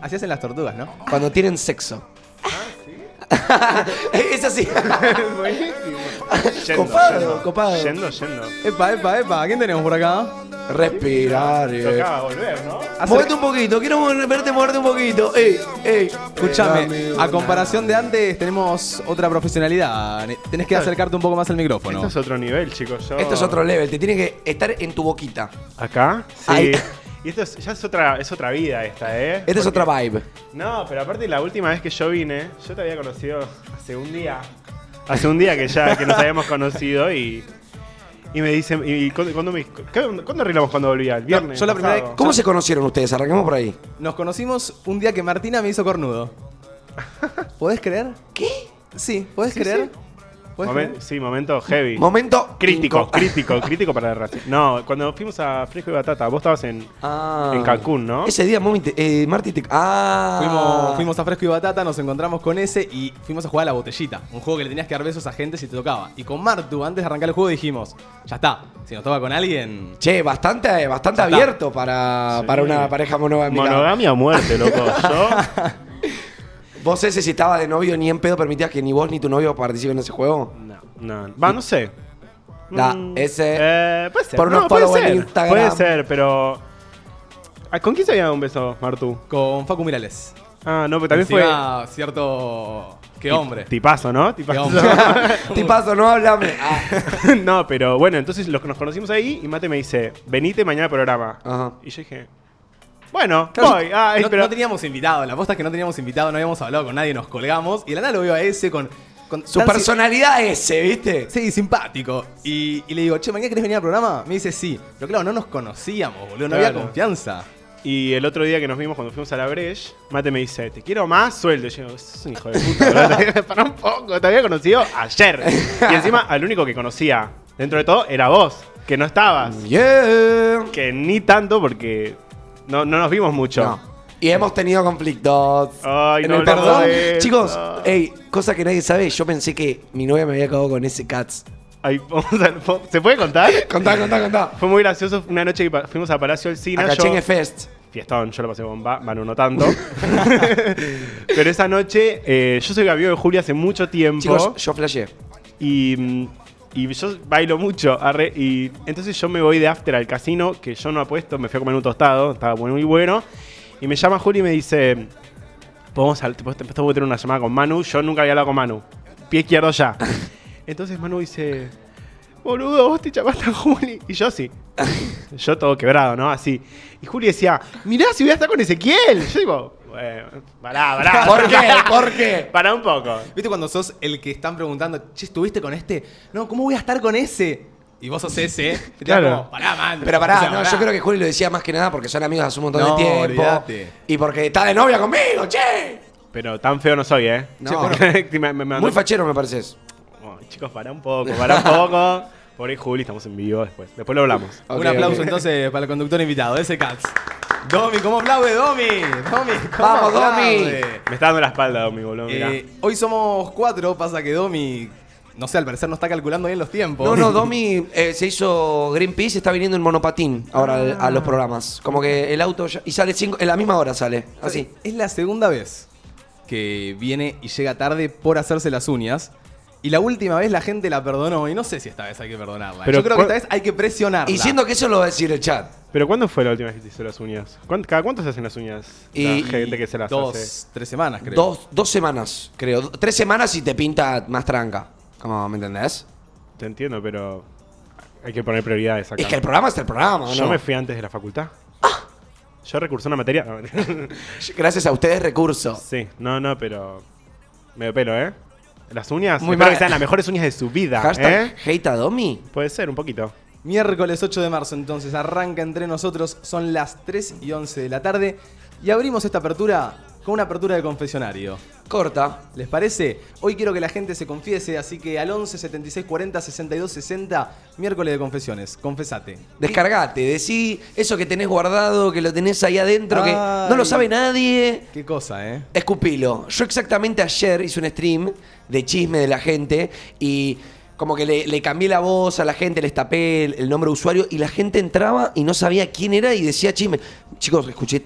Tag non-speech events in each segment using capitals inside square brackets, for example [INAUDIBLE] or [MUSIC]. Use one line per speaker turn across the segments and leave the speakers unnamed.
Así hacen las tortugas, ¿no?
Cuando tienen sexo. Ah, [LAUGHS] es así.
Yendo,
copado,
yendo.
copado.
Yendo, yendo.
Eh,
Epa, epa, epa. ¿Quién tenemos por acá?
Respirar. eh.
Tocaba volver, ¿no?
Acer-
Movete un poquito, quiero mo- verte moverte un poquito. Ey, ey. Ah, Pegame
Escúchame,
una.
a comparación de antes tenemos otra profesionalidad. Tenés que acercarte un poco más al micrófono.
Esto es otro nivel, chicos. Yo...
Esto es otro level, te tiene que estar en tu boquita.
¿Acá? Sí.
Ahí.
Y esto es, ya es otra, es otra vida esta, ¿eh?
Esta es
Porque-
otra vibe.
No, pero aparte la última vez que yo vine, yo te había conocido hace un día. Hace un día que ya que nos habíamos conocido y. Y me dicen, y cuándo, cuándo me- ¿cuándo- cuándo arreglamos cuando volvía? ¿El viernes?
yo la primera
pasado?
¿Cómo se conocieron ustedes? Arranquemos por ahí.
Nos conocimos un día que Martina me hizo cornudo. ¿Podés creer? ¿Qué? Sí, ¿podés creer? ¿Podés
Momen-
creer?
sí, momento heavy.
Momento
crítico,
inco-
crítico, crítico para la raza. No, cuando fuimos a Fresco y Batata, vos estabas en,
Ah.
en Cancún, ¿no?
Ese día, Mami, te- eh, Marti te. Ah.
Fuimos, fuimos a Fresco y Batata, nos encontramos con ese y fuimos a jugar a la botellita. Un juego que le tenías que dar besos a gente si te tocaba. Y con Martu, antes de arrancar el juego, dijimos: Ya está, si nos toca con alguien.
Che, bastante, bastante
Ya está.
abierto para,
Sí.
para una pareja monogámica.
Monogamia o [LAUGHS] muerte, loco. Yo,
Vos ese si estaba de novio ni en pedo permitías que ni vos ni tu novio participen en ese juego. [LAUGHS]
no, no. Va, no sé.
Da,
Mm,
ese-
eh, puede ser.
por unos
no, puede
follow en
ser.
Instagram.
Puede ser, pero. Ah, ¿Con quién se había dado un beso, Martu?
Con Facu Mirales.
Ah, no, pero también
Encima, cierto. Qué
fue.
hombre.
Tipazo, ¿no?
Qué
Tipazo.
hombre.
Tipazo, no hablame. Ah.
[LAUGHS] no, pero bueno, entonces los, nos conocimos ahí y Mate me dice: Venite mañana al programa.
Ajá.
Y yo dije: Bueno,
Claro,
voy. Ay,
no,
pero.
no teníamos invitado, la posta es que no teníamos invitado, no habíamos hablado con nadie, nos colgamos. Y de la nada lo veo a ese con. con
[LAUGHS] Su
tan si-
personalidad ese, ¿viste?
Sí, simpático. Y, y le digo, che, ¿mañana querés venir al programa? Me dice sí. Pero claro, no nos conocíamos, boludo, no había
Claro.
confianza.
Y el otro día que nos vimos cuando fuimos a la Breche, Mate me dice, te quiero más sueldo. Y yo, es un hijo
[LAUGHS]
de puta. Para un poco, te había conocido ayer. Y encima, al único que conocía, dentro de todo, era vos, que no estabas.
Yeah.
Que ni tanto porque no, no nos vimos mucho.
No. Y hemos tenido conflictos.
Ay,
en
no
el
hablamos
perdón.
de eso.
Chicos, ey, cosa que nadie sabe, yo pensé que mi novia me había acabado con ese Cats.
Ay, vamos al po- ¿Se puede contar?
Contá, contá, contá.
Fue muy gracioso una noche que pa- fuimos a Palacio del Cine.
A
yo-
Cachengue Fest.
Fiestón, yo lo pasé bomba, Manu no
[LAUGHS]
tanto. [LAUGHS] Pero esa noche, eh, yo soy Gabriel de Julia hace mucho tiempo.
Chicos, yo flashé.
Y, mm, y yo bailo mucho. arre, y entonces yo me voy de after al casino, que yo no apuesto, me fui a comer un tostado, estaba muy, muy bueno. Y me llama Juli y me dice: Podemos al- te- te- tengo que tener una llamada con Manu. Yo nunca había hablado con Manu. Pie
[LAUGHS]
izquierdo ya. Entonces Manu dice: Boludo, vos te llamaste a Juli. Y yo sí. Yo todo quebrado, ¿no? Así. Y Juli decía: Mirá si voy a estar con Ezequiel. Yo digo: Bueno, pará, pará.
¿Por qué? ¿Por qué?
[LAUGHS] Pará un poco.
¿Viste cuando sos el que están preguntando, che, ¿estuviste con este? No, ¿cómo voy a estar con ese? Y vos sos ese. ¿eh? Y te das
Claro.
como, pará, man.
Pero pará,
O sea,
no, yo creo que Juli lo decía más que nada porque son amigos hace un montón
No,
de tiempo.
olvídate.
Y porque está de novia conmigo, che.
Pero tan feo no soy, ¿eh?
No.
Che, porque [LAUGHS] me- me mandó-
Muy fachero me pareces.
Oh, chicos, pará un poco, pará
[LAUGHS]
un poco. Por ahí, Juli, estamos en vivo después. Después lo hablamos.
Ok,
Un aplauso
ok.
entonces para el conductor invitado, ese Cats. Domi, ¿cómo aplaude, Domi? Domi, ¿cómo
Vamos, Domi.
aplaude?
Me está dando la espalda, Domi, boludo. mirá.
Eh, hoy somos cuatro, pasa que Domi, no sé, al parecer no está calculando bien los tiempos. [LAUGHS]
No, no, Domi eh, se hizo Greenpeace y está viniendo en monopatín ahora al- a los programas. Como que el auto ya- y sale cinco, en la misma hora sale, así.
Es la segunda vez que viene y llega tarde por hacerse las uñas. Y la última vez la gente la perdonó y no sé si esta vez hay que perdonarla.
Pero
Yo creo que
cu-
esta vez hay que presionarla.
Y siendo que eso lo va a decir el chat.
Pero ¿cuándo fue la última vez que te hizo las uñas? ¿Cuán- ¿Cada cuánto se hacen las uñas?
Y-
la gente que se las
dos,
hace.
tres semanas creo.
Dos, dos semanas, creo. Do- Tres semanas y te pinta más tranca. Como, ¿me entendés?
Te entiendo, pero hay que poner prioridades acá.
Es que el programa es el programa, ¿o
Yo
¿no? Ah.
me fui antes de la facultad. Yo recursé una materia. [LAUGHS] no,
Gracias a ustedes, recurso.
sí, no, no, pero. Medio pelo, ¿eh? Las uñas.
Muy
Muy
mal.
que sean las mejores uñas de su vida.
Hashtag
¿eh?
hate a Domi.
Puede ser, un poquito.
Miércoles 8 de marzo, entonces arranca entre nosotros, son las 3 y 11 de la tarde y abrimos esta apertura con una apertura de confesionario.
Corta.
¿Les parece? Hoy quiero que la gente se confiese, así que al 11 76 40 62 60, miércoles de confesiones, confesate.
Descargate, decí eso que tenés guardado, que lo tenés ahí adentro, que no lo
Ay.
sabe nadie.
Qué cosa, ¿eh?
Escupilo. Yo exactamente ayer hice un stream de chisme de la gente y como que le, le cambié la voz a la gente, les tapé el, el nombre de usuario y la gente entraba y no sabía quién era y decía chisme. Chicos, escuché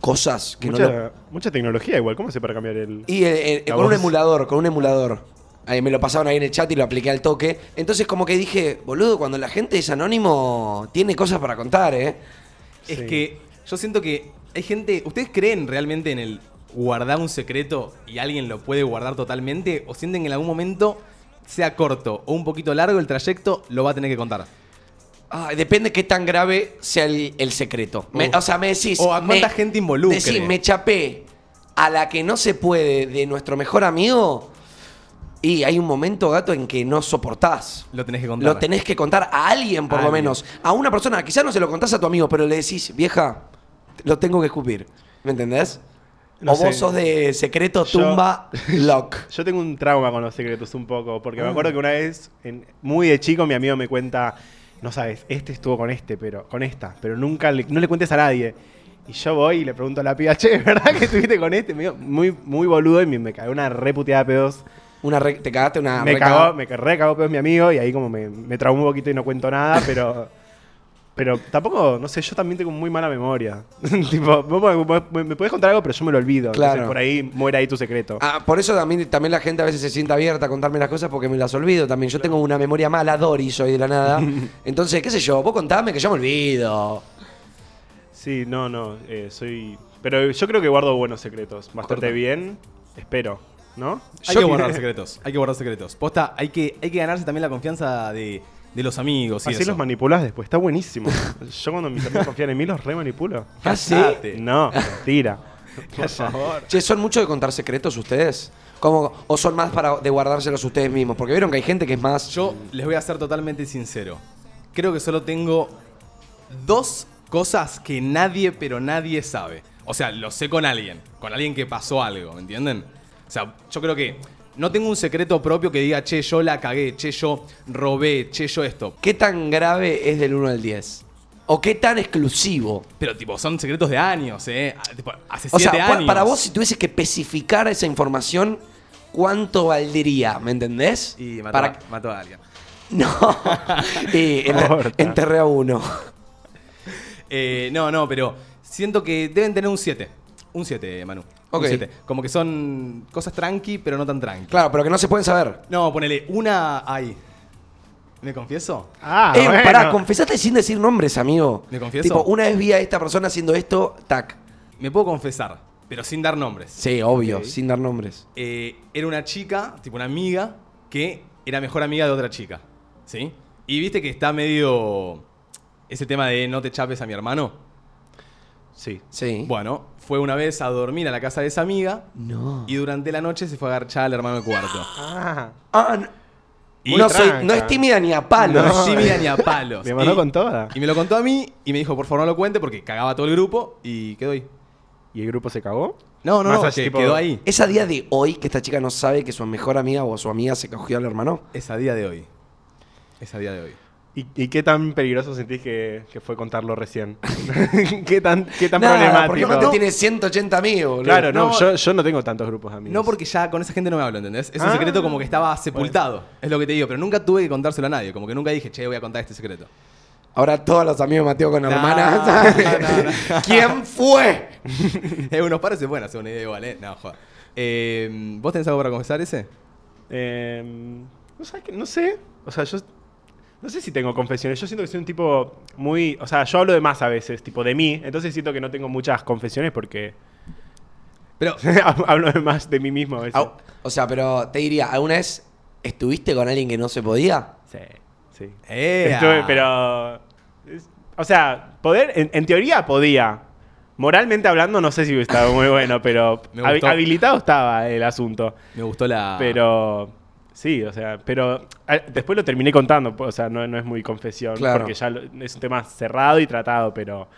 cosas que
mucha,
no lo-
mucha tecnología igual. ¿Cómo hace para cambiar el...?
Y eh, eh,
La
con un
voz.
emulador, con un emulador. Ahí me lo pasaron ahí en el chat y lo apliqué al toque. Entonces como que dije, boludo, cuando la gente es anónimo, tiene cosas para contar, ¿eh?
Es
Sí.
que yo siento que hay gente. ¿Ustedes creen realmente en el guardar un secreto y alguien lo puede guardar totalmente? ¿O sienten que en algún momento, sea corto o un poquito largo el trayecto, lo va a tener que contar?
Ah, depende qué tan grave sea el, el secreto. Me-
Uf.
o sea, me decís...
O a cuánta
me-
gente involucre.
Decís, me chapé a la que no se puede de nuestro mejor amigo. Y hay un momento, gato, en que no soportás.
Lo tenés que contar.
Lo tenés que contar a alguien, por
A
lo
alguien.
menos. A una persona, quizás no se lo contás a tu amigo, pero le decís, vieja, lo tengo que escupir. ¿Me entendés?
No
o
sé.
vos sos de secreto,
Yo-
tumba, lock.
Yo tengo un trauma con los secretos un poco, porque
Ah.
me acuerdo que una vez, en- muy de chico, mi amigo me cuenta, no sabes, este estuvo con este, pero con esta, pero nunca le- no le cuentes a nadie. Y yo voy y le pregunto a la piba, che, ¿verdad que estuviste con este? Me dijo, muy, muy boludo y me, me cagó una reputeada de pedos.
Una re- te cagaste una
me
re-
cagó, me ca- re cagó pedos mi amigo y ahí como me, me traumó un poquito y no cuento nada, pero... Pero tampoco, no sé, yo también tengo muy mala memoria. [LAUGHS] tipo, vos me, me- me podés contar algo, pero yo me lo olvido. Entonces,
Claro.
por ahí muere ahí tu secreto.
Ah, por eso también, también la gente a veces se sienta abierta a contarme las cosas porque me las olvido también. Yo tengo una memoria mala, Dory soy de
[LAUGHS]
la nada. Entonces, qué sé yo, vos contame que yo me olvido.
Sí, no, no, eh, soy... Pero yo creo que guardo buenos secretos, bastante
Corta.
bien, espero, ¿no?
Hay
Yo
que guardar
[LAUGHS]
que-
secretos. Hay que guardar secretos. Posta, hay que, hay que ganarse también la confianza de, de los amigos. Y
Así
eso.
los manipulas después, está buenísimo. yo cuando mis amigos confían en mí los re manipulo.
¿Ah, sí?
Casate.
No, mentira. Por favor.
Che, ¿son mucho de contar secretos ustedes? ¿Cómo, ¿O son más para de guardárselos ustedes mismos? Porque vieron que hay gente que es más...
Yo les voy a ser totalmente sincero. Creo que solo tengo dos cosas que nadie, pero nadie sabe. O sea, lo sé con alguien. Con alguien que pasó algo, ¿me entienden? O sea, yo creo que no tengo un secreto propio que diga, che, yo la cagué, che, yo robé, che, yo esto.
¿Qué tan grave es del 1 al 10? ¿O qué tan exclusivo?
Pero, tipo, son secretos de años, ¿eh? Ah, tipo, Hace
O
siete
sea, cua-
años.
para vos, si tuvieses que especificar esa información, ¿cuánto valdría? ¿Me entendés?
Y mató,
Para-
a- mató a alguien.
[LAUGHS] No.
[LAUGHS]
y enter-
Corta.
enterré a uno.
Eh, no, no, pero siento que deben tener un 7. Un 7, Manu.
Ok.
Un 7. Como que son cosas tranqui, pero no tan tranqui.
Claro, pero que no se pueden saber.
No, ponele una ahí. ¿Me confieso?
Ah,
eh,
bueno.
pará, confesate sin decir nombres, amigo.
¿Me confieso?
Tipo, una vez vi a esta persona haciendo esto, tac.
Me puedo confesar, pero sin dar nombres.
Sí, obvio,
Ok.
sin dar nombres.
Eh, era una chica, tipo una amiga, que era mejor amiga de otra chica. ¿Sí? Y viste que está medio. Ese tema de no te chapes a mi hermano.
Sí.
Sí.
Bueno, fue una vez a dormir a la casa de esa amiga
No.
y durante la noche se fue a agarchar al hermano de cuarto.
Ah,
Ah, no.
Y
no, soy-
tranca.
no es tímida ni a palo.
Ah, No, es tímida [LAUGHS] ni a palos.
me mandó
Y-
con toda.
Y me lo contó a mí y me dijo, por favor no lo cuente porque cagaba todo el grupo y quedó ahí.
¿Y el grupo se cagó?
No, no,
Más
no,
allá,
que
tipo-
quedó ahí.
Es a día de hoy que esta chica no sabe que su mejor amiga o su amiga se cogió al hermano.
Es a día de hoy. Es a día de hoy.
¿Y, y qué tan peligroso sentís que, que fue contarlo recién? [LAUGHS] ¿Qué tan, qué tan
Nada, porque
problemático?
Mate tiene 180 amigos, boludo.
Claro, no,
No.
Yo, yo no tengo tantos grupos de amigos.
No porque ya con esa gente no me hablo, ¿entendés? Es un
Ah.
secreto como que estaba sepultado. Es lo que te digo, pero nunca tuve que contárselo a nadie. Como que nunca dije, che, voy a contar este
[LAUGHS]
secreto.
Ahora todos los amigos de Mateo con
No,
hermanas.
no, no, no.
¿Quién fue?
Eh, unos pares se pueden hacer una idea igual, ¿eh? No, joder. Eh, ¿Vos tenés algo para confesar ese?
Eh, no, sabes que- no sé. O sea, yo. No sé si tengo confesiones. Yo siento que soy un tipo muy. O sea, yo hablo de más a veces, tipo de mí. Entonces siento que no tengo muchas confesiones porque [LAUGHS]
Pero,
hablo de más de mí mismo a veces.
Au. O sea, pero te diría, ¿alguna vez estuviste con alguien que no se podía?
Sí, sí.
¡Ea!
Estuve, pero. es- o sea, poder. En, en teoría podía. Moralmente hablando, no sé si estaba muy bueno, pero
[LAUGHS] Me
habi-
gustó. Ah.
habilitado estaba el asunto.
me gustó la...
Pero sí, o sea, pero eh, después lo terminé contando, o sea, no, no es muy confesión,
Claro.
porque ya lo- es un tema cerrado y tratado, pero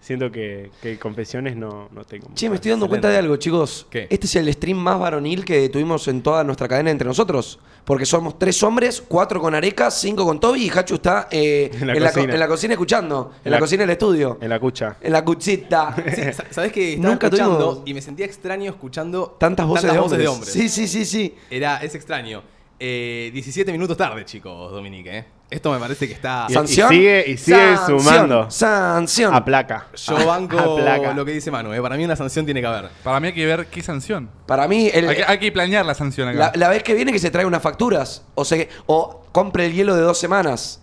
siento que, que confesiones no, no tengo.
Che,
muchas.
me estoy dando cuenta de algo, chicos.
¿Qué?
Este es el stream más varonil que tuvimos en toda nuestra cadena entre nosotros. Porque somos tres hombres, cuatro con Areca, cinco con Toby y Hachu está eh, en,
[LAUGHS] En la
la co-
cocina.
en la cocina escuchando. En, la,
la-
cocina del estudio.
[LAUGHS] En la cucha.
En la
[LAUGHS]
cuchita.
Sí, sa- ¿Sabés que estaba
Nunca
escuchando
tuvimos-
y me sentía extraño escuchando
Tantas voces, de, hombres.
de
Sí, sí, sí, sí.
Era, es extraño. Eh, 17 minutos tarde, chicos, Dominique, ¿eh? Esto me parece que está.
Y-
¿Sanción?
y sigue- y sigue sumando.
Sanción.
A placa.
Yo
[LAUGHS]
[LAUGHS]
banco
placa.
lo que dice Manu, eh, para mí una sanción tiene que haber.
Para mí hay que ver qué sanción.
Para mí, el-
Hay que, hay que planear la sanción
la,
acá.
la vez que viene que se trae unas facturas. O sea, que- o compre el hielo de dos semanas.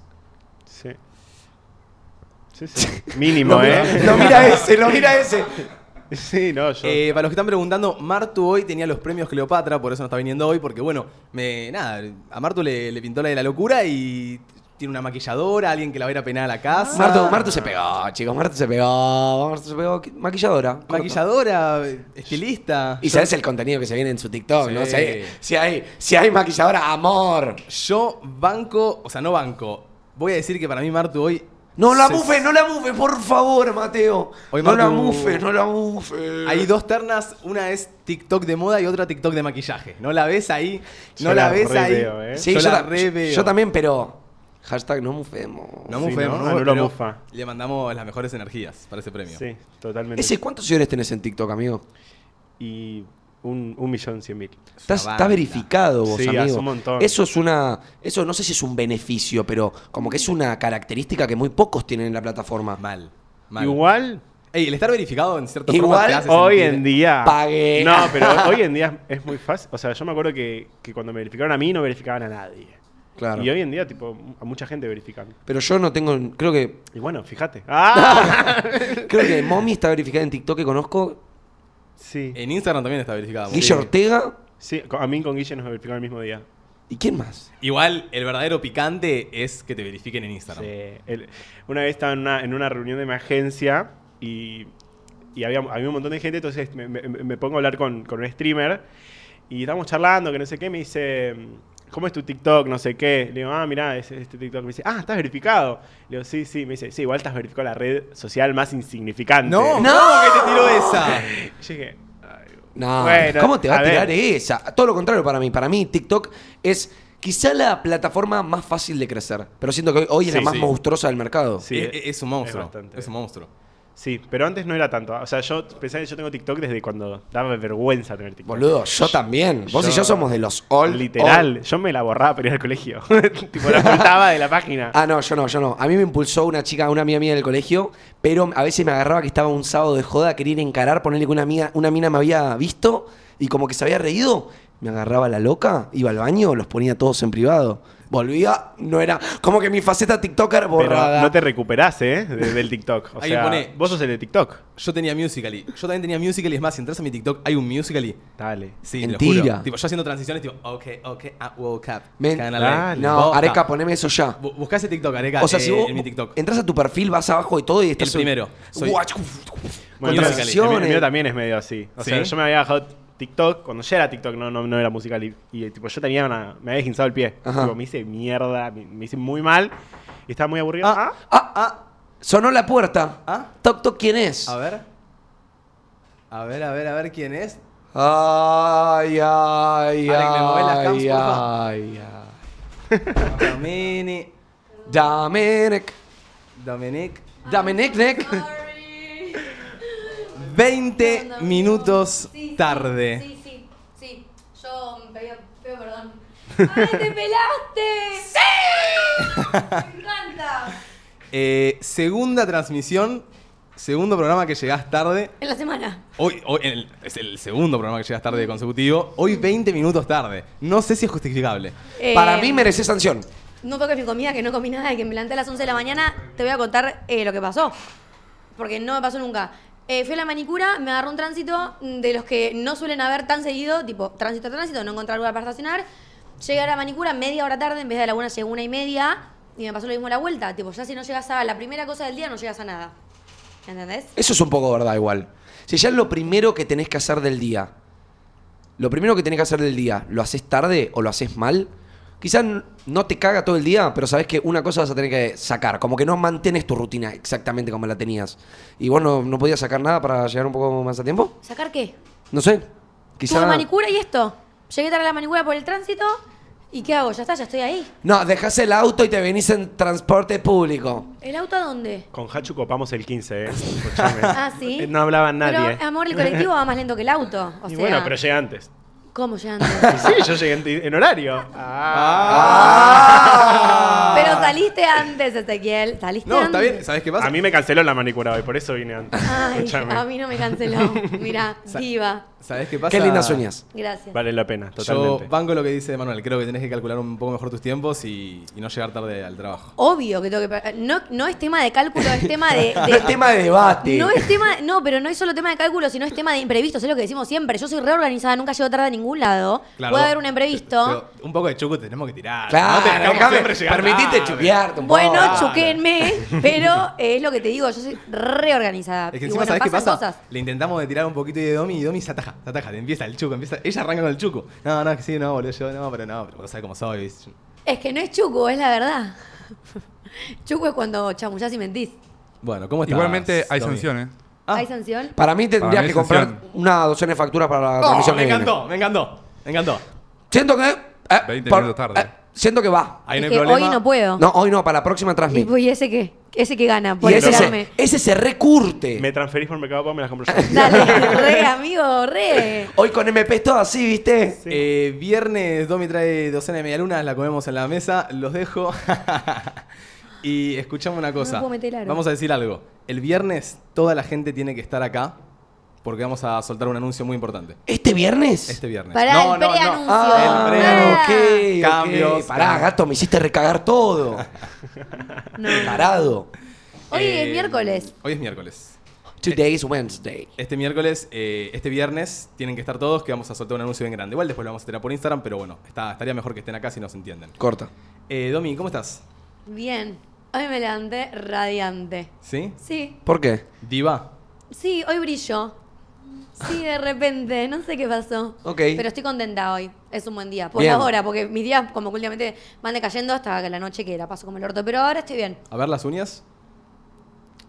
Sí. Sí, sí.
[LAUGHS]
Mínimo, ¿eh?
Lo mira ese, lo mira ese.
[LAUGHS] Sí, no, yo.
Eh, para los que están preguntando, Martu hoy tenía los premios Cleopatra, por eso no está viniendo hoy, porque bueno, me, nada, a Martu le, le pintó la de la locura y tiene una maquilladora, alguien que la va a ir a penar a la casa.
Marto, Marto Ah. se pegó, chicos. Marto se pegó. Marto se pegó. Maquilladora.
Maquilladora, estilista.
Y sabes el contenido que se viene en su TikTok,
Sí.
¿no? Si hay, si, hay, si hay maquilladora, amor.
Yo banco, o sea, no banco. Voy a decir que para mí Martu hoy.
No la
se-
mufe, no la mufe, por favor, Mateo.
Hoy
no la
Martu-
mufe, no la mufe.
Hay dos ternas, una es TikTok de moda y otra TikTok de maquillaje. No la ves ahí,
Yo
no la,
la
ves ahí.
reveo, ¿eh?
Sí,
yo,
yo,
la
ta-
re veo.
yo también, pero. Hashtag no mufemos.
No
Sí,
mufe,
¿no?
no,
Ah, no lo
pero
mufa.
Le mandamos las mejores energías para ese premio.
Sí, totalmente.
Ese, ¿cuántos seguidores tenés en TikTok, amigo?
Y un, un millón cien mil.
Estás,
una
estás
banda.
verificado vos,
Sí, hace
amigo.
un montón.
Eso es una. Eso no sé si es un beneficio, pero como que es una característica que muy pocos tienen en la plataforma.
Mal. mal.
Igual,
Ey, el estar verificado en cierta forma
Igual
te hace
hoy
sentir-
en día.
Pagué.
No, pero hoy en día es muy fácil. O sea, yo me acuerdo que, que cuando me verificaron a mí no verificaban a nadie.
Claro.
Y hoy en día, tipo, a mucha gente verifican.
Pero yo no tengo. Creo que.
Y bueno, fíjate. ¡Ah!
Creo que Mommy está verificada en TikTok que conozco.
sí.
En Instagram también está verificado.
Guille Ortega.
Sí, con- a mí con Guille nos verificaron el mismo día.
¿Y quién más?
Igual, el verdadero picante es que te verifiquen en Instagram.
Sí, el- una vez estaba en una, en una reunión de mi agencia y, y había, había un montón de gente, entonces me, me- me pongo a hablar con, con un streamer y estábamos charlando, que no sé qué, me dice, ¿cómo es tu TikTok? No sé qué. Le digo, ah, mirá, es este TikTok. Me dice, ah, ¿estás verificado? Le digo, sí, sí. Me dice, sí, igual estás verificado en la red social más insignificante.
No,
No.
¿cómo que te tiró esa?
Yo dije, "Ay,
No,
Bueno,
¿cómo te va a,
a ver.
tirar esa? Todo lo contrario para mí. Para mí, TikTok es quizá la plataforma más fácil de crecer. Pero siento que hoy, hoy es
Sí,
la más
sí.
monstruosa del mercado.
[LAUGHS] Sí,
es, es un monstruo.
es
Es,
bastante.
un monstruo.
Sí, pero antes no era tanto. O sea, yo pensaba que yo tengo TikTok desde cuando daba vergüenza tener TikTok.
Boludo, yo también. Vos y yo somos de los all.
Literal, yo me la borraba para ir al colegio. [LAUGHS] tipo, la ocultaba de la página.
Ah, no, yo no, yo no. A mí me impulsó una chica, una amiga mía del colegio, pero a veces me agarraba que estaba un sábado de joda, quería ir a encarar, ponerle que una, amiga, una mina me había visto y como que se había reído, me agarraba la loca, iba al baño, los ponía todos en privado. Volvía, no era. Como que mi faceta TikToker
Pero
borrada.
no te recuperás, ¿eh? de- del TikTok. O
Ahí
sea,
pone-
vos sos el de TikTok.
Yo tenía Musical.ly. Yo también tenía Musical.ly. Es más, si entras a mi TikTok, hay un Musical.ly.
Dale.
Sí, te lo
Mentira.
juro. Tipo, yo haciendo transiciones, tipo, ok, ok, I woke up.
Men-
Canal
Dale.
B.
No,
Boca.
Areca, poneme eso ya.
Bu- Buscá ese TikTok, Areca.
O sea, si
eh,
vos
En mi TikTok.
entras a tu perfil, vas abajo y todo y estás.
El primero. Soy-
Guach, uf, uf,
yo-
con
el mío- el, mío,
transiciones.
también es medio así. O
¿Sí?
sea, yo me había bajado TikTok, cuando ya era TikTok, no, no, no era musical. Y, y, eh, tipo, yo tenía una. Me había esguinzado el pie.
Ajá.
Tipo, me hice mierda, me, me hice muy mal. Y estaba muy aburrido.
Ah,
Ah,
ah, ah. Sonó la puerta.
Ah.
Toc, toc, ¿quién es?
A ver. A ver, a ver, a ver quién es.
Ay, ay, ay.
Alec, ¿me movés las cams,
ay,
porfa?
ay, ay.
Dominic.
Dominic.
Dominic.
Dominic, Nick.
Sorry.
20
No, no, no.
minutos
Sí, sí,
tarde.
Sí, sí, sí. Yo me pedí- pido perdón. ¡Ay, te pelaste! ¡Sí! ¡Me encanta!
Eh, segunda transmisión, segundo programa que llegás tarde.
En la semana.
Hoy, hoy- el- es el segundo programa que llegas tarde consecutivo. Hoy 20 minutos tarde. No sé si es justificable.
Para
Eh,
mí merece sanción.
No toques mi comida, que no comí nada, y que me levanté a las 11 de la mañana. Te voy a contar eh, lo que pasó. Porque no me pasó nunca. Eh, fui a la manicura, me agarró un tránsito mm, de los que no suelen haber tan seguido, tipo tránsito, tránsito, no encontrar lugar para estacionar. Llegué a la manicura media hora tarde, en vez de la una, llegué una y media. Y me pasó lo mismo a la vuelta. Tipo, ya si no llegas a la primera cosa del día, no llegas a nada. ¿Entendés?
Eso es un poco verdad igual. Si ya es lo primero que tenés que hacer del día, lo primero que tenés que hacer del día, ¿lo haces tarde o lo haces mal? Quizás n- no te caga todo el día, pero sabes que una cosa vas a tener que sacar. Como que no mantienes tu rutina exactamente como la tenías. Y vos no, no podías sacar nada para llegar un poco más a tiempo.
¿Sacar qué?
No sé. Quizás.
Tuve manicura y esto. Llegué tarde a la manicura por el tránsito. ¿Y qué hago? Ya está, ya estoy ahí.
No, dejás el auto y te venís en transporte público.
¿El auto a dónde?
con Hachu copamos el
[LAUGHS]
15, ¿eh? Escuchame. [LAUGHS] Eh,
Ah, sí.
No hablaba nadie.
Pero, amor, el colectivo va más lento que el auto. O
y
sea,
bueno, pero llega antes.
¿Cómo llegan? tarde?
Sí, yo llegué en, en horario. Ah.
Ah. Pero saliste antes, Ezequiel. Saliste
No,
antes.
está bien. ¿Sabes qué pasa?
A mí me canceló la manicura hoy, por eso vine antes.
Ay,
Escúchame.
a mí no me canceló. Mira,
Sa-
diva.
¿Sabes qué pasa?
Qué lindas uñas.
Gracias.
Vale la pena,
Yo
totalmente.
banco lo que dice Manuel. Creo que tenés que calcular un poco mejor tus tiempos y, y no llegar tarde al trabajo.
Obvio que tengo que. pagar. No, no es tema de cálculo, es tema de. de-
No es tema de debate.
No es tema, no, pero no es solo tema de cálculo, sino es tema de imprevistos, es lo que decimos siempre. Yo soy reorganizada, nunca llego tarde a ningún lado. Puede haber un imprevisto.
pero un poco de chuco tenemos que tirar.
Claro,
No te dejamos
déjame-
siempre llegar
permitite
tarde.
chupearte un poco.
bueno, chuquenme, pero es lo que te digo, yo soy reorganizada.
Es que
y
encima,
bueno,
¿sabés qué
pasan
pasa?
cosas.
Le intentamos de tirar un poquito de Domi y Domi se ataja, se ataja, te empieza el chuco, empieza, ella arranca con el chuco. No, no, es que sí, no, boludo, yo no, pero no, pero vos sabés cómo soy. ¿viste?
Es que no es chuco, es la verdad. [LAUGHS] chuco es cuando chamullás y mentís.
Bueno, ¿cómo estás?
Igualmente hay
Domi?
sanciones.
Ah.
¿Hay sanción?
Para mí
Para
tendrías
mí
que
es
comprar
sanción.
una docena de facturas para la
Oh,
transmisión
me
que viene.
encantó, me encantó, me encantó.
Siento que. eh,
20
por-
minutos tarde.
eh, siento que va.
Ahí
Es
no hay
que
problema.
hoy no puedo.
No, hoy no, para la próxima
Y,
transmisión.
y ese que, ese que gana, por
Y ese
esperarme.
se, ese se
eh.
recurte.
Me transferís por Mercado Pago, me las compro yo.
[LAUGHS]
Dale, re, amigo, re.
Hoy con MP es todo así, ¿viste?
Eh, viernes Domi trae docena de medialunas, la comemos en la mesa, los dejo. [LAUGHS] y escuchame una cosa.
puedo meter aro.
vamos a decir algo. El viernes toda la gente tiene que estar acá porque vamos a soltar un anuncio muy importante.
¿Este viernes?
Este viernes.
Para
No,
el
no, no.
preanuncio.
Ah,
El preanuncio.
ok, ok.
Cambios.
Pará, gato, me hiciste recagar todo.
No.
Parado.
Hoy es
Eh,
miércoles.
Hoy es miércoles.
Today is Wednesday.
Este miércoles, eh, este viernes, tienen que estar todos, que vamos a soltar un anuncio bien grande. Igual después lo vamos a tirar por Instagram, pero bueno, está- estaría mejor que estén acá si nos entienden.
Corta.
Eh, Domi, ¿cómo estás?
Bien. Hoy me levanté radiante.
¿Sí?
Sí,
¿Por qué?
Diva.
sí, hoy brillo. Sí, de repente, no sé qué pasó.
Ok.
Pero estoy contenta hoy. Es un buen día. Por
Bien.
ahora, porque mis días como que últimamente van decayendo hasta la noche que la paso como el orto. Pero ahora estoy bien.
A ver las uñas.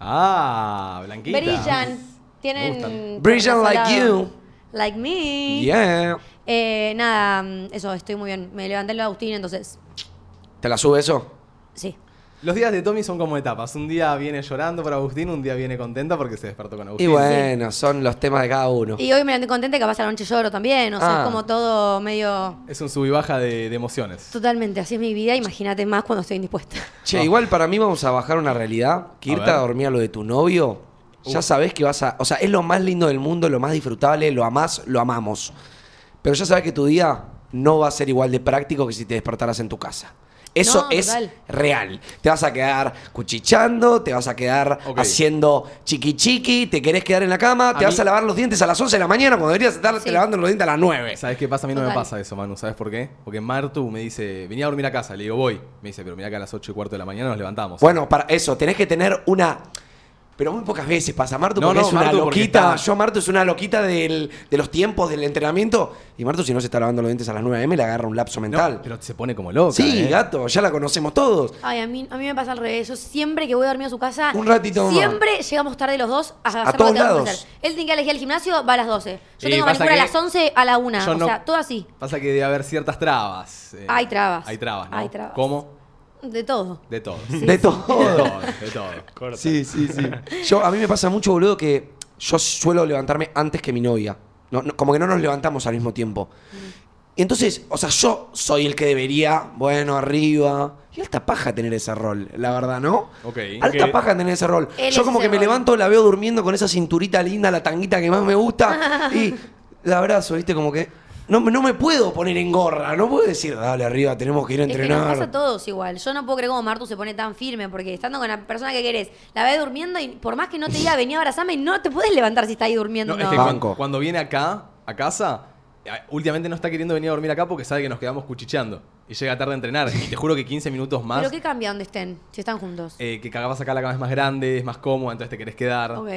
Ah, blanquitas.
Brillan. Tienen.
gustan.
Brillan like you.
Like me.
Yeah.
Eh, nada, mm, eso, estoy muy bien. Me levanté el Agustín, entonces.
¿Te la sube eso?
Sí.
Los días de Tommy son como etapas. Un día viene llorando por Agustín, un día viene contenta porque se despertó con
Y
Agustín.
bueno, son los temas de cada uno.
Y hoy me levanté contenta y capaz a la noche lloro también. O sea,
Oh. Ah.
es como todo medio.
Es un sub y baja de, de emociones.
Totalmente, así es mi vida. Imagínate más cuando estoy indispuesta.
Che, igual para mí vamos a bajar una realidad. Que
A
irte
ver. Uh.
a dormir a lo de tu novio, ya sabés que vas a. O sea, es lo más lindo del mundo, lo más disfrutable, lo amás, lo amamos. Pero ya sabés que tu día no va a ser igual de práctico que si te despertaras en tu casa. Eso
No,
es
total.
real. Te vas a quedar cuchichando, te vas a quedar
Ok.
haciendo chiqui chiqui, te querés quedar en la cama, te
mí-
vas a lavar los dientes a las 11 de la mañana cuando deberías estarte
Sí.
lavando los dientes a las 9.
¿Sabes qué pasa? A mí no me
Total.
pasa eso, Manu. ¿Sabes por qué? Porque Martu me dice, venía a dormir a casa. Le digo, voy. Me dice, pero mira que a las 8 y cuarto de la mañana nos levantamos.
Bueno, para eso, tenés que tener una. Pero muy pocas veces pasa. Martu
No,
porque
no,
es una
Martu porque
loquita.
está-
Yo, Martu, es una loquita del- de los tiempos del entrenamiento. Y Martu, si no se está lavando los dientes a las 9 m, le agarra un lapso
No,
mental.
pero se pone como loca.
sí,
¿eh?
gato, ya la conocemos todos.
Ay, a mí, a mí me pasa al revés. Yo siempre que voy a dormir a su casa.
Un ratito nomás.
Siempre llegamos tarde los dos a, hacer lo que
todos
tenemos que
lados.
hacer. Él tiene que elegir el gimnasio, va a las 12. Yo
Y
tengo
pasa
manicura a
que
las 11, a la 1.
yo
O
no-
sea, todo así.
Pasa que debe haber ciertas trabas. eh.
Hay trabas.
Hay trabas, ¿no?
Hay trabas.
¿Cómo?
De todo.
De todo.
[LAUGHS] de todo.
De todo, de todo.
Corta.
Sí, sí, sí. Yo, a mí me pasa mucho, boludo, que yo suelo levantarme antes que mi novia. No, no, como que no nos levantamos al mismo tiempo. Y entonces, o sea, yo soy el que debería, bueno, arriba. Y alta paja tener ese rol, la verdad, ¿no?
Ok.
Alta
Ok.
paja tener ese rol.
Él
yo
es
como
ese
que me
rol.
levanto, la veo durmiendo con esa cinturita linda, la tanguita que más me gusta. y la abrazo, ¿viste? Como que... No, me- no me puedo poner en gorra, no puedo decir, dale arriba, tenemos que ir a
Es que nos
entrenar.
pasa a todos igual. Yo no puedo creer cómo Martu se pone tan firme, porque estando con la persona que querés, la ves durmiendo y por más que no te diga venía a abrazarme, no te puedes levantar si está ahí durmiendo.
No, es que cuan-
Banco.
Cuando, viene acá, a casa, a- últimamente no está queriendo venir a dormir acá porque sabe que nos quedamos cuchicheando. Y llega tarde a entrenar. Y te juro que 15 minutos más,
Pero ¿qué cambia donde estén? Si están juntos.
eh, que cagabas acá la cama es más grande, es más cómoda, entonces te querés quedar.
ok.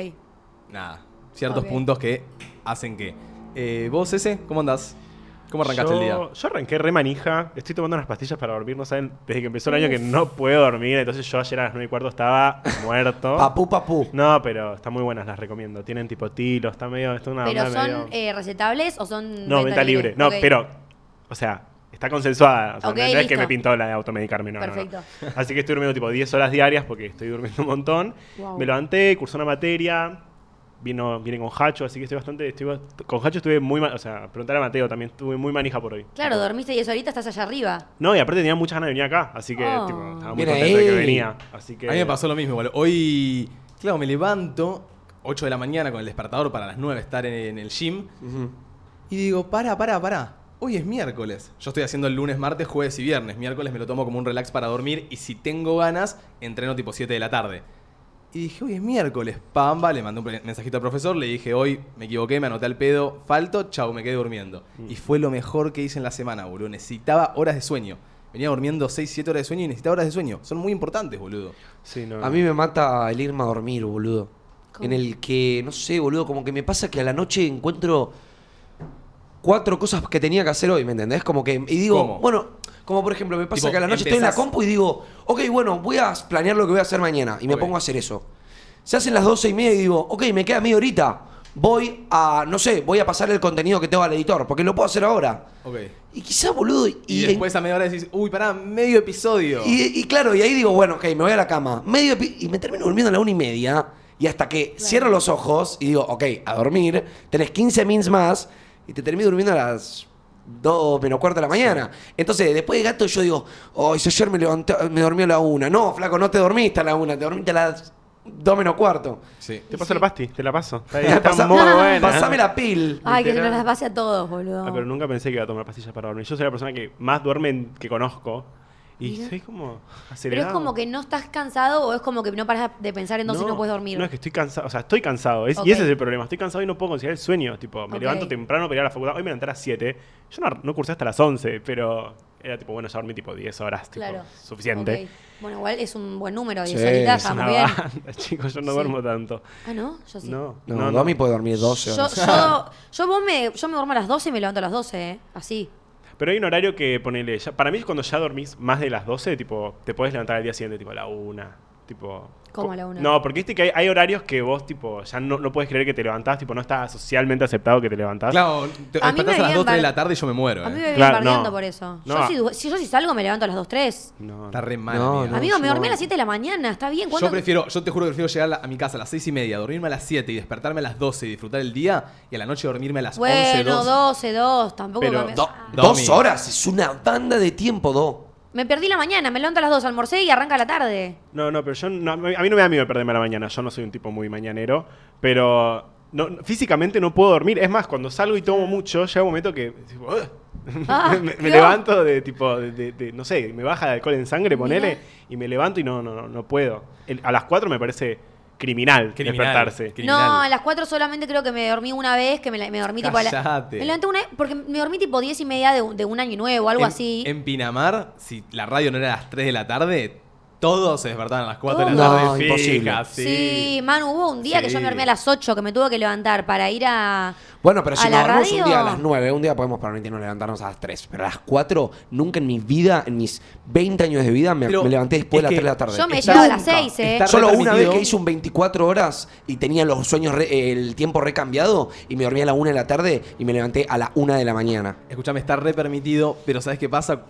Nada. Ciertos
Ok.
puntos que hacen que. Eh, ¿Vos, ese? ¿Cómo andás? ¿Cómo arrancaste
yo,
el día?
Yo arranqué re manija. Estoy tomando unas pastillas para dormir. No saben, desde que empezó el año que no puedo dormir. Entonces yo ayer a las 9 y cuarto estaba muerto.
Papú, papú.
No, pero están muy buenas, las recomiendo. Tienen tipo tilo, está medio. Está una
¿Pero
onda medio-
son eh, recetables o son.?
no, venta libre. No,
Ok.
pero. O sea, está consensuada. O sea,
Ok,
no, no es que
listo.
me pintó la de automedicarme, no. no, no.
Perfecto.
Así que estoy durmiendo tipo 10 horas diarias porque estoy durmiendo un montón.
Wow.
Me levanté, cursé una materia. vino, viene con Hacho, así que estoy bastante. estoy bast- con Hacho estuve muy mal. O sea, preguntar a Mateo también, estuve muy manija por hoy.
Claro, dormiste y eso ahorita estás allá arriba.
No, y aparte tenía muchas ganas de venir acá, así que
Oh.
tipo, estaba muy
Mira
contento de que
él.
venía. Así que.
A mí me pasó lo mismo, igual. Hoy, claro, me levanto 8 de la mañana con el despertador para las 9 estar en, en el gym. Y digo, para, para, para. Hoy es miércoles. Yo estoy haciendo el lunes, martes, jueves y viernes. Miércoles me lo tomo como un relax para dormir y si tengo ganas, entreno tipo 7 de la tarde. Y dije, hoy es miércoles. Pamba, le mandé un pre- mensajito al profesor, le dije, hoy me equivoqué, me anoté al pedo, falto, chau, me quedé durmiendo.
Mm.
Y fue lo mejor que hice en la semana, boludo. Necesitaba horas de sueño. Venía durmiendo 6, 7 horas de sueño y necesitaba horas de sueño. Son muy importantes, boludo.
Sí, no.
A mí me mata el irme a dormir, boludo.
¿Cómo?
En el que, no sé, boludo, como que me pasa que a la noche encuentro cuatro cosas que tenía que hacer hoy, ¿me entendés? Como que, y digo,
¿Cómo?
bueno, como por ejemplo, me pasa
Tipo,
que a la noche estoy en la
empezás-
compu y digo, ok, bueno, voy a planear lo que voy a hacer mañana. Y me
Ok.
pongo a hacer eso. Se hacen las doce y media y digo, ok, me queda media horita. Voy a, no sé, voy a pasar el contenido que tengo al editor, porque lo puedo hacer ahora.
Ok.
Y quizá, boludo, y,
Y,
en-
después a media hora decís, uy, pará, medio episodio.
y, y claro, y ahí digo, bueno, ok, me voy a la cama. Medio, pi- y me termino durmiendo a la una y media. Y hasta que cierro los ojos y digo, ok, a dormir. Tenés 15 mins más y te termino durmiendo a las 2 menos cuarto de la mañana. Entonces, después de gato, yo digo, oh, si ayer me levanté, me dormí a la una. No, flaco, no te dormiste a la una, te dormiste a las 2 menos cuarto.
Sí.
Te paso la pasti, te
[LAUGHS]
la paso. Está, ahí, está
Pasá-
muy buena.
Pasame la pil.
Ay, que se nos
Literal.
las pase a todos, boludo.
Ah, pero nunca pensé que iba a tomar pastillas para dormir. Yo soy la persona que más duerme en- que conozco. Y
Mira.
soy como
Pero
acelerado.
es como que no estás cansado o es como que no paras de pensar en dónde no, puedes dormir.
No, es que estoy cansado. O sea, estoy cansado. Es-
Ok.
Y ese es el problema. Estoy cansado y no puedo conciliar el sueño. Tipo, me
Ok.
levanto temprano para ir a la facultad. Hoy me levanté a las 7. Yo no, no cursé hasta las 11, pero era tipo, bueno, ya dormí tipo 10 horas. Tipo,
Claro.
Suficiente.
Ok. Bueno, igual es un buen número, 10
Sí,
horitas,
es
está
Una
muy bien.
banda, [LAUGHS] chicos, yo no
Sí.
duermo tanto.
Ah, ¿no? Yo sí.
No,
No, Domi puede dormir 12
Yo,
horas.
yo, yo, vos me, yo me duermo a las 12 y me levanto a las 12, ¿eh? Así.
Pero hay un horario que ponele. ya- para mí es cuando ya dormís más de las 12, tipo, te podés levantar al día siguiente, tipo a la 1. Tipo,
¿Cómo
co-
a la una?
No, porque viste que hay, hay horarios que vos, tipo, ya no, no puedes creer que te levantás, tipo, no está socialmente aceptado que te levantás.
Claro, te
A
despertás
mí me
a las
habían
2, 3 de
bar-
la tarde y yo me muero.
A mí
eh.
me vienen
Claro,
bardeando
no.
por eso.
No,
yo
a-
si, du- si yo si salgo me levanto a las 2, 3.
No,
Está re mal.
No,
amigo.
no.
Amigo, me
yo
dormí a
no.
las 7 de la mañana, está bien. ¿Cuándo?
Yo prefiero, yo te juro que prefiero llegar a, la- a mi casa a las 6 y media, dormirme a las 7 y despertarme a las 12 y disfrutar el día y a la noche dormirme a las 11,
Bueno,
12.
12, 2, tampoco
Pero-
me...
Do-
Domi.
dos horas, es una banda de tiempo, Do.
me perdí la mañana, me levanto a las 2, almorcé y arranca la tarde.
No, no, pero yo no- a mí a mí no me da miedo perderme a la mañana. Yo no soy un tipo muy mañanero, pero no- no- físicamente no puedo dormir. Es más, cuando salgo y tomo mucho, llega un momento que tipo, "Ugh". [LAUGHS]
Ah,
me, me
Dios.
levanto de tipo, de, de- de- no sé, me baja de alcohol en sangre, ponele,
Mirá.
y me levanto y no, no, no, no puedo. El- a las 4 me parece criminal,
Criminal.
despertarse.
Criminal.
No, a las 4 solamente creo que me dormí una vez, que me, la- me dormí tipo... a la-
Cállate.
me levanté una porque me dormí tipo 10 y media de, un- de un año nuevo, algo
en,
así.
En Pinamar, si la radio no era a las 3 de la tarde, todos se despertaban a las 4 de la
Todos.
tarde.
No,
fija,
imposible.
sí.
sí. man, hubo un día que
Sí.
yo me dormí a las 8, que me tuve que levantar para ir a...
Bueno, pero si
¿A
nos
la
dormimos un
radio?
día a las 9, un día podemos permitirnos levantarnos a las 3, pero a las 4 nunca en mi vida, en mis 20 años de vida, me,
Pero
me levanté después
es
de las
que
3 de la tarde.
Yo me
Está-
llevo a las
Nunca.
6, ¿eh?
Está
Solo una vez
permitido.
que hice un 24 horas y tenía los sueños, re- el tiempo recambiado y me dormí a la 1 de la tarde y me levanté a la 1 de la mañana.
Escuchame, está re permitido, pero ¿sabes qué pasa?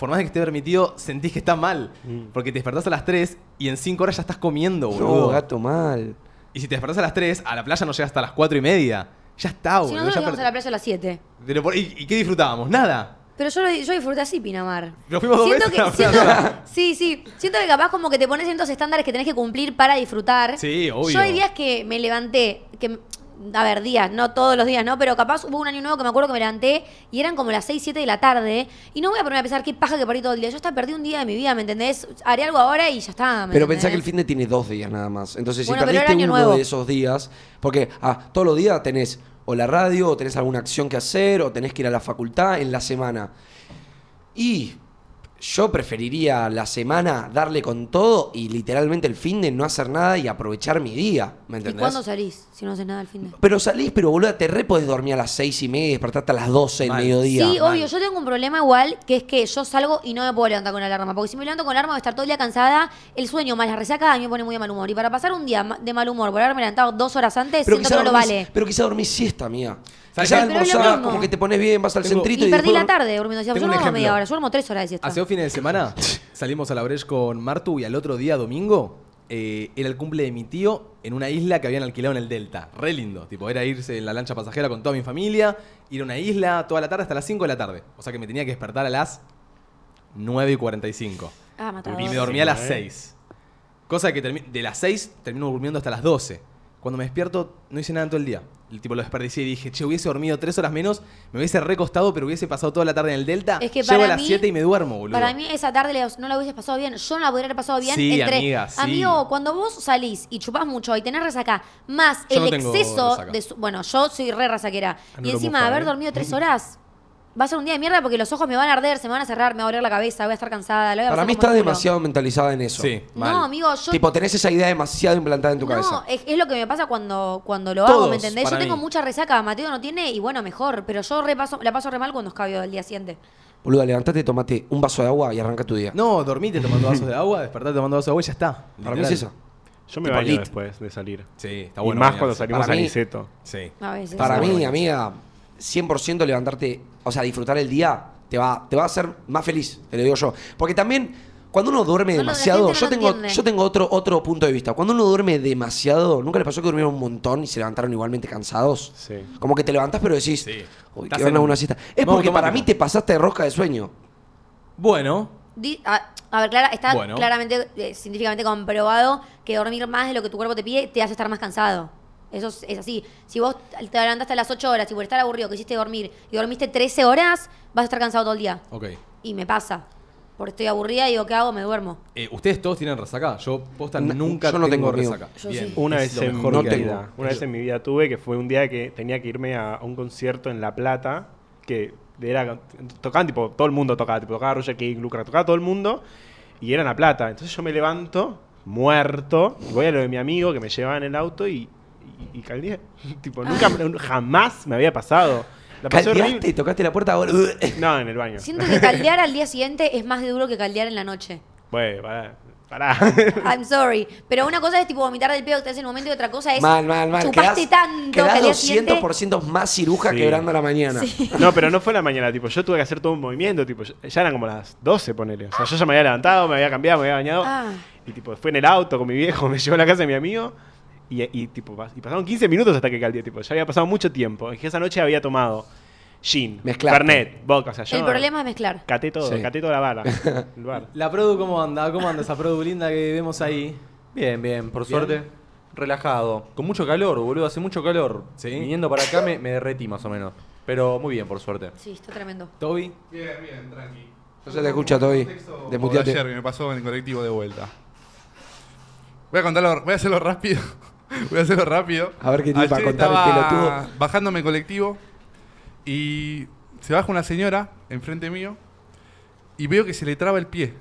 Por más de que esté permitido, sentís que está mal. Porque te despertás a las 3 y en 5 horas ya estás comiendo, boludo.
No, gato mal.
Y si te despertás a las 3, a la playa no llegas hasta las 4 y media. Ya está,
si
Ah, boludo.
nosotros
ya
íbamos
per-
a la playa a las 7.
Pero por- ¿y, y qué disfrutábamos? Nada.
Pero yo, lo- yo disfruté así, Pinamar.
Nos fuimos dos
siento
veces a
que,
la
siento,
playa.
[LAUGHS] Sí, sí. Siento que capaz como que te pones ciertos estándares que tenés que cumplir para disfrutar.
Sí, obvio.
Yo hay días que me levanté, que... m- A ver, días, no todos los días, ¿no? Pero capaz hubo un año nuevo que me acuerdo que me levanté y eran como las 6, 7 de la tarde. Y no voy a poner a pensar qué paja que perdí todo el día. Yo hasta perdí un día de mi vida, ¿me entendés? Haré algo ahora y ya está. ¿me
Pero pensá que el
entendés?
fin de tiene dos días nada más. Entonces,
Bueno,
si
pero era
perdiste uno
Año Nuevo.
de esos días, porque ah, todos los días tenés o la radio, o tenés alguna acción que hacer, o tenés que ir a la facultad en la semana. Y yo preferiría la semana darle con todo y literalmente el fin de no hacer nada y aprovechar mi día. ¿Me
¿Y
entendés?
cuándo salís si no haces nada el fin de?
Pero salís, pero boluda, te re podés dormir a las seis y media y despertarte a las 12 del
Mal.
mediodía.
Sí,
Mal.
obvio, yo tengo un problema igual, que es que yo salgo y no me puedo levantar con alarma, porque si me levanto con alarma voy a estar todo el día cansada, el sueño más la resaca a mí me pone muy de mal humor. Y para pasar un día ma- de mal humor por haberme levantado dos horas antes,
Pero
siento
quizá,
que no lo
dormís,
vale.
pero quizá dormís siesta, mía.
¿Sabes
Quizá
qué?
Pero es lo
almorzás,
mismo.
como que te pones bien, vas al
Tengo-
centrito y,
Y perdí
después
la tarde durmiendo. Yo
Tengo
no
un
duermo
ejemplo.
media hora, yo duermo tres horas de siesta.
Hace dos fines de semana salimos a la brecha con Martu y al otro día, domingo, eh, era el cumple de mi tío en una isla que habían alquilado en el Delta. Re lindo. Tipo, era irse en la lancha pasajera con toda mi familia, ir a una isla toda la tarde hasta las 5 de la tarde. O sea que me tenía que despertar a las 9 y 45.
Ah, matador.
Y me dormía a las
eh.
6. Cosa que termi- de las 6 termino durmiendo hasta las 12. Cuando me despierto, no hice nada en todo el día. El tipo lo desperdicié y dije, che, hubiese dormido 3 horas menos, me hubiese recostado, pero hubiese pasado toda la tarde en el Delta.
Es que
Llego
para
a las
mí-
7 y me duermo, boludo.
Para mí esa tarde la- no la hubieses pasado bien. Yo no la podría haber pasado bien.
Sí,
entre,
amiga, sí.
Amigo, cuando vos salís y chupás mucho y tenés resaca, más
Yo
el
no tengo
exceso
resaca.
de... su- bueno, yo soy re resaquera.
Ah, no
y
lo
encima
mufa,
haber
¿eh? [LAUGHS]
dormido tres horas... Va a ser un día de mierda porque los ojos me van a arder, se me van a cerrar, me va a doler la cabeza, voy a estar cansada. la voy a
Para
pasar
mí
como
estás
el culo.
demasiado mentalizada en eso.
Sí, mal.
No, amigo, yo...
Tipo, tenés esa idea demasiado implantada en tu
no,
cabeza.
es, es lo que me pasa cuando, cuando lo hago,
Todos,
¿me entendés? Yo
para
tengo
mí.
mucha resaca, Mateo no tiene, y bueno, mejor, pero yo repaso, la paso re mal cuando escabio el día siguiente.
Boluda, levantate, tomate un vaso de agua y arranca tu día.
No, dormite tomando vasos de agua, despertate tomando vasos de agua y ya está.
Para mí
Literal.
es eso.
Yo me
Tipo
baño
lit.
después de salir.
Sí, está
y
bueno.
más
bañarse.
cuando salimos
Para
a
mí-
Niceto.
Sí.
A veces.
Para
sí.
mí, amiga, 100% levantarte, o sea, disfrutar el día, te va, te va a hacer más feliz, te lo digo yo. Porque también, cuando uno duerme
No, no, la
demasiado,
gente no
yo
lo
tengo,
entiende.
yo tengo otro, otro punto de vista. Cuando uno duerme demasiado, ¿nunca les pasó que durmieron un montón y se levantaron igualmente cansados?
Sí.
Como que te levantás pero decís,
Sí.
uy,
Estás
que van a
en
una siesta. Es
modo
porque para mí
automático.
te pasaste de rosca de sueño.
Bueno,
Di- a, a ver, Clara, está
Bueno.
claramente, eh, científicamente comprobado que dormir más de lo que tu cuerpo te pide te hace estar más cansado. Eso es, es así. Si vos te levantaste a las 8 horas y por estar aburrido quisiste dormir y dormiste 13 horas, vas a estar cansado todo el día.
ok.
Y me pasa. Porque estoy aburrida y digo, ¿qué hago? Me duermo.
Eh, Ustedes todos tienen resaca. Yo, posta,
No,
nunca
yo no tengo,
tengo,
amigo.
resaca.
Yo sí.
Una
es
vez,
lo
en,
mejor
no
que
mi
hay.
tengo.
vida, una vez en mi vida tuve, que fue un día que tenía que irme a, a un concierto en La Plata, que era, tocaban tipo, todo el mundo tocaba, tipo, tocaba Roger King, Lucra, tocaba todo el mundo, y era en La Plata. Entonces yo me levanto, muerto, y voy a lo de mi amigo que me llevaba en el auto y, y, y caldeé. [LAUGHS] tipo, nunca,
Ah.
jamás me había pasado. La pasé
Caldeaste y
horrible.
tocaste la puerta ahora.
No, en el baño.
Siento que caldear al día siguiente es más duro que caldear en la noche.
Bueno, pará. pará.
I'm sorry. Pero una cosa es tipo vomitar del pedo que te hace en el momento y otra cosa es
mal, mal, mal.
chupaste
Quedás-
tanto que al día
quedás
siguiente
200% más ciruja
Sí.
quebrando la mañana.
No, pero no fue la mañana, tipo, yo tuve que hacer todo un movimiento, tipo, ya ya eran como las 12, ponele. O sea, yo ya me había levantado, me había cambiado, me había bañado.
Ah.
Y tipo, fue en el auto con mi viejo, [LAUGHS] me llevó a la casa de mi amigo. Y, y, tipo, pas- y pasaron 15 minutos hasta que caldeé, tipo, ya había pasado mucho tiempo. Es que esa noche había tomado gin,
Mezclaste.
fernet, vodka, o sea, yo
el problema es mezclar.
caté todo,
Sí.
caté toda la
[LAUGHS]
bala. el bar.
La Produ, ¿cómo anda? ¿Cómo anda esa Produ linda que vemos ahí?
Bien, bien, por
Bien.
suerte. Relajado. Con mucho calor, boludo, hace mucho calor.
Sí.
Viniendo para acá me, me derretí más o menos. Pero muy bien, por suerte.
Sí, está tremendo.
¿Toby?
Bien, bien, tranqui.
No se te escucha, Toby.
Como de
Desmuteate.
ayer que me pasó en el colectivo de vuelta. Voy a contarlo, voy a hacerlo rápido. [LAUGHS] voy a hacerlo rápido.
A ver qué tiene
Ayer
para contar el
estaba
pelotudo.
Bajándome el colectivo y se baja una señora enfrente mío y veo que se le traba el pie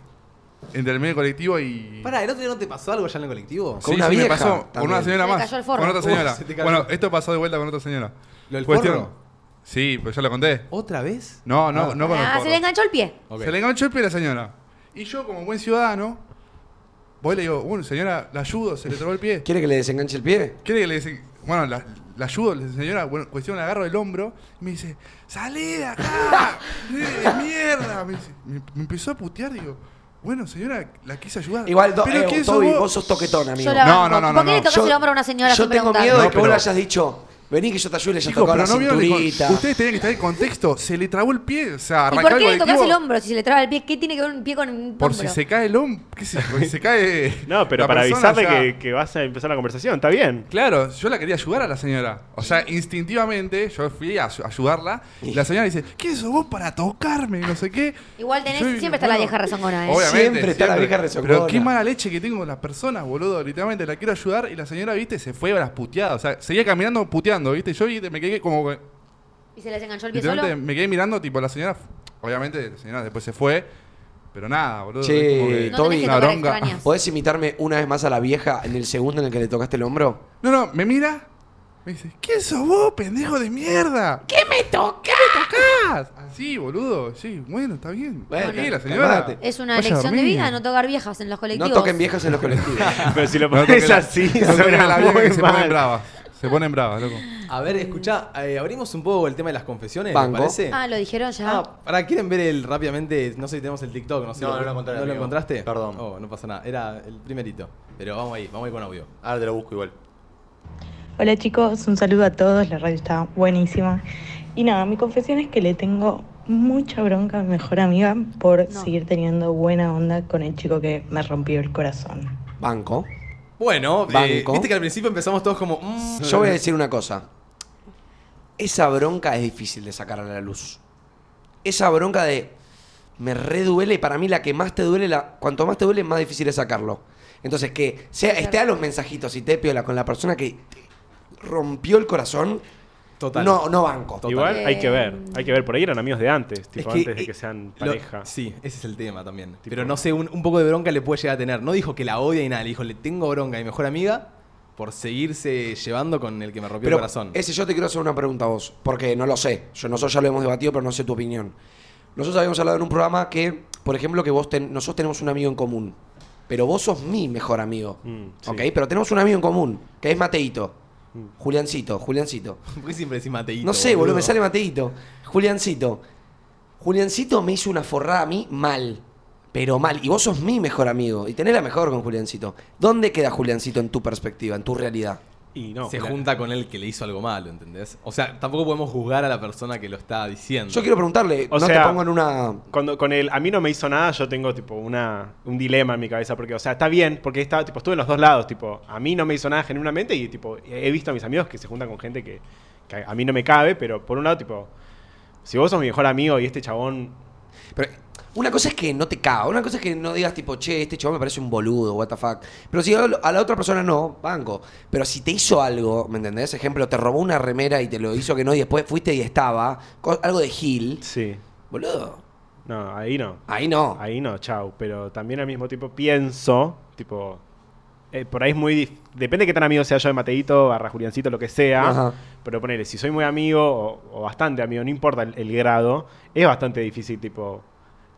entre el medio del colectivo y.
Pará, ¿el otro día no te pasó algo ya en el colectivo?
Con una
me
vieja
pasó con
también.
una señora
Se le
más.
cayó el forro.
con otra
Uh,
señora.
se te cayó.
bueno, esto pasó de vuelta con otra señora.
¿Lo del forro?
Sí, pero ya lo conté.
¿Otra vez?
No, no, no con el
Ah,
forro.
se le enganchó el pie.
Ok.
Se le enganchó el pie a la señora. Y yo, como buen ciudadano, voy y le digo, bueno, señora, la ayudo, se le trabó el pie.
¿Quiere que le desenganche el pie?
¿Quiere que le desen- Bueno, la, la ayudo, la señora, bueno, cuestión, la agarro del hombro y me dice, salí de [LAUGHS] acá, de mierda. Me, dice- me- me empezó a putear, digo, bueno, señora, la quise ayudar.
Igual, do-
¿Pero
eh,
quién sos
Toby,
vos?
vos sos toquetón, amigo.
Yo la
No,
banco.
no, no,
¿Por qué
no,
le
no.
tocas
Yo-
el hombro a una señora?
Yo
sin
tengo
preguntar?
miedo de
No,
que vos
pero-
le hayas dicho, vení que yo te ayude, le hayas
Chicos,
tocado
pero
la
no vieron el con-
cinturita.
Ustedes tenían que estar en contexto, se le trabó el pie, o sea,
¿Y
arrancaba
por qué
el
le tocas
colectivo
el hombro si se le traba el pie? ¿Qué tiene que ver un pie con un hombro?
Por si se cae el hombro, qué sé yo, si se cae
No, pero
la
para
persona,
avisarle
o sea,
que, que vas a empezar la conversación, está
[LAUGHS]
bien.
Claro, yo la quería ayudar a la señora. O sea, instintivamente yo fui a ayu- ayudarla. Y la señora dice, ¿quién sos vos para tocarme? No sé qué.
Igual tenés-
Yo-
siempre está la vieja rezongona, ¿eh?
Obviamente.
Siempre está la vieja rezongona.
Pero qué mala leche que tengo con las personas, boludo. Literalmente la quiero ayudar y la señora, viste, se fue a las puteadas. O sea, seguía caminando puteando, viste. Yo viste, me quedé como... que-
¿Y se les enganchó el pie solo?
Literalmente me quedé mirando, tipo, la señora... Obviamente la señora después se fue. Pero nada, boludo.
Che,
es como que-
No
Toby,
tenés que
una
tocar
bronca.
extrañas.
¿Podés imitarme una vez más a la vieja en el segundo en el que le tocaste el hombro?
No, no, me mira. Me dice, ¿quién sos vos, pendejo de mierda? ¿Qué me tocás? Así, boludo. Sí, bueno, está bien.
Bueno,
Sí, la señora.
calmate.
Es una
Vaya a
lección de
dormir.
vida no tocar viejas en los
No
[LAUGHS]
colectivos.
toquen viejas en los colectivos.
Pero si lo
No toques
[LAUGHS] pones
la- [LAUGHS]
así,
no toques
suena
a la vieja
muy
que se ponen
mal.
bravas. Se ponen bravas, loco.
A ver, escuchá, eh, abrimos un poco el tema de las confesiones, ¿me
Banco.
parece?
Ah, lo dijeron ya.
Ah, pará, ¿quieren ver el rápidamente? No sé si tenemos el TikTok, no sé.
No, no lo encontré,
¿No lo
amigo.
encontraste?
Perdón.
Oh, no pasa nada, era el primerito. Pero vamos ahí, vamos ahí con audio.
Ah,
Ahora te lo busco igual.
Hola chicos, un saludo a todos, la radio está buenísima. Y nada, mi confesión es que le tengo mucha bronca a mi mejor amiga por
No.
seguir teniendo buena onda con el chico que me rompió el corazón.
Banco.
Bueno, eh,
Banco.
viste que al principio empezamos todos como. mm,
[LAUGHS] Yo voy a decir una cosa. Esa bronca es difícil de sacar a la luz. Esa bronca de me re duele y para mí la que más te duele, la, cuanto más te duele, más difícil es sacarlo. Entonces, que sea, esté a los mensajitos y te piola con la persona que te rompió el corazón,
Total.
no, no banco.
Total.
Igual hay que ver,
Eh,
hay que ver. Por ahí eran amigos de antes, tipo
Es que,
antes de
eh,
que sean
Lo-
pareja.
sí, ese es el tema también.
Tipo-
Pero no sé, un, un poco de bronca le puede llegar a tener. No dijo que la odia y nada, le dijo, le tengo bronca a mi mejor amiga por seguirse llevando con el que me rompió
Pero
el corazón.
ese yo te quiero hacer una pregunta a vos, porque no lo sé. Yo nosotros ya lo hemos debatido, pero no sé tu opinión. Nosotros habíamos hablado en un programa que, por ejemplo, que vos ten- nosotros tenemos un amigo en común, pero vos sos mi mejor amigo,
Mm, sí. Mm.
¿ok? Pero tenemos un amigo en común que es Mateito, Juliancito, Juliancito.
[LAUGHS] ¿Por qué siempre decís Mateito?
No sé, boludo, me sale Mateito, Juliancito. Juliancito me hizo una forrada a mí mal, pero mal. Y vos sos mi mejor amigo y tenés la mejor con Juliancito. ¿Dónde queda Juliancito en tu perspectiva, en tu realidad?
Y no.
Se
la-
junta con el que le hizo algo malo, ¿entendés? O sea, tampoco podemos juzgar a la persona que lo está diciendo.
Yo quiero preguntarle,
O
no
sea,
te pongo en una
Cuando con el a mí no me hizo nada, yo tengo tipo una un dilema en mi cabeza porque o sea, está bien, porque estaba tipo estuve en los dos lados, tipo, a mí no me hizo nada genuinamente y tipo he visto a mis amigos que se juntan con gente que, que a mí no me cabe, pero por un lado tipo si vos sos mi mejor amigo y este chabón
Pero una cosa es que no te caga, una cosa es que no digas tipo, che, este chabón me parece un boludo, what the fuck. Pero si a lo- a la otra persona no, banco. Pero si te hizo algo, ¿me entendés? Ejemplo, te robó una remera y te lo hizo que no y después fuiste y estaba, co- algo de Gil,
sí,
boludo.
no, ahí no.
Ahí no.
Ahí no, chau, pero también al mismo tiempo pienso, tipo eh, por ahí es muy dif- depende de qué tan amigo sea yo de Mateito, barra Juliancito, lo que sea.
Ajá.
Pero ponele, si soy muy amigo o, o bastante amigo, no importa el, el grado, es bastante difícil, tipo,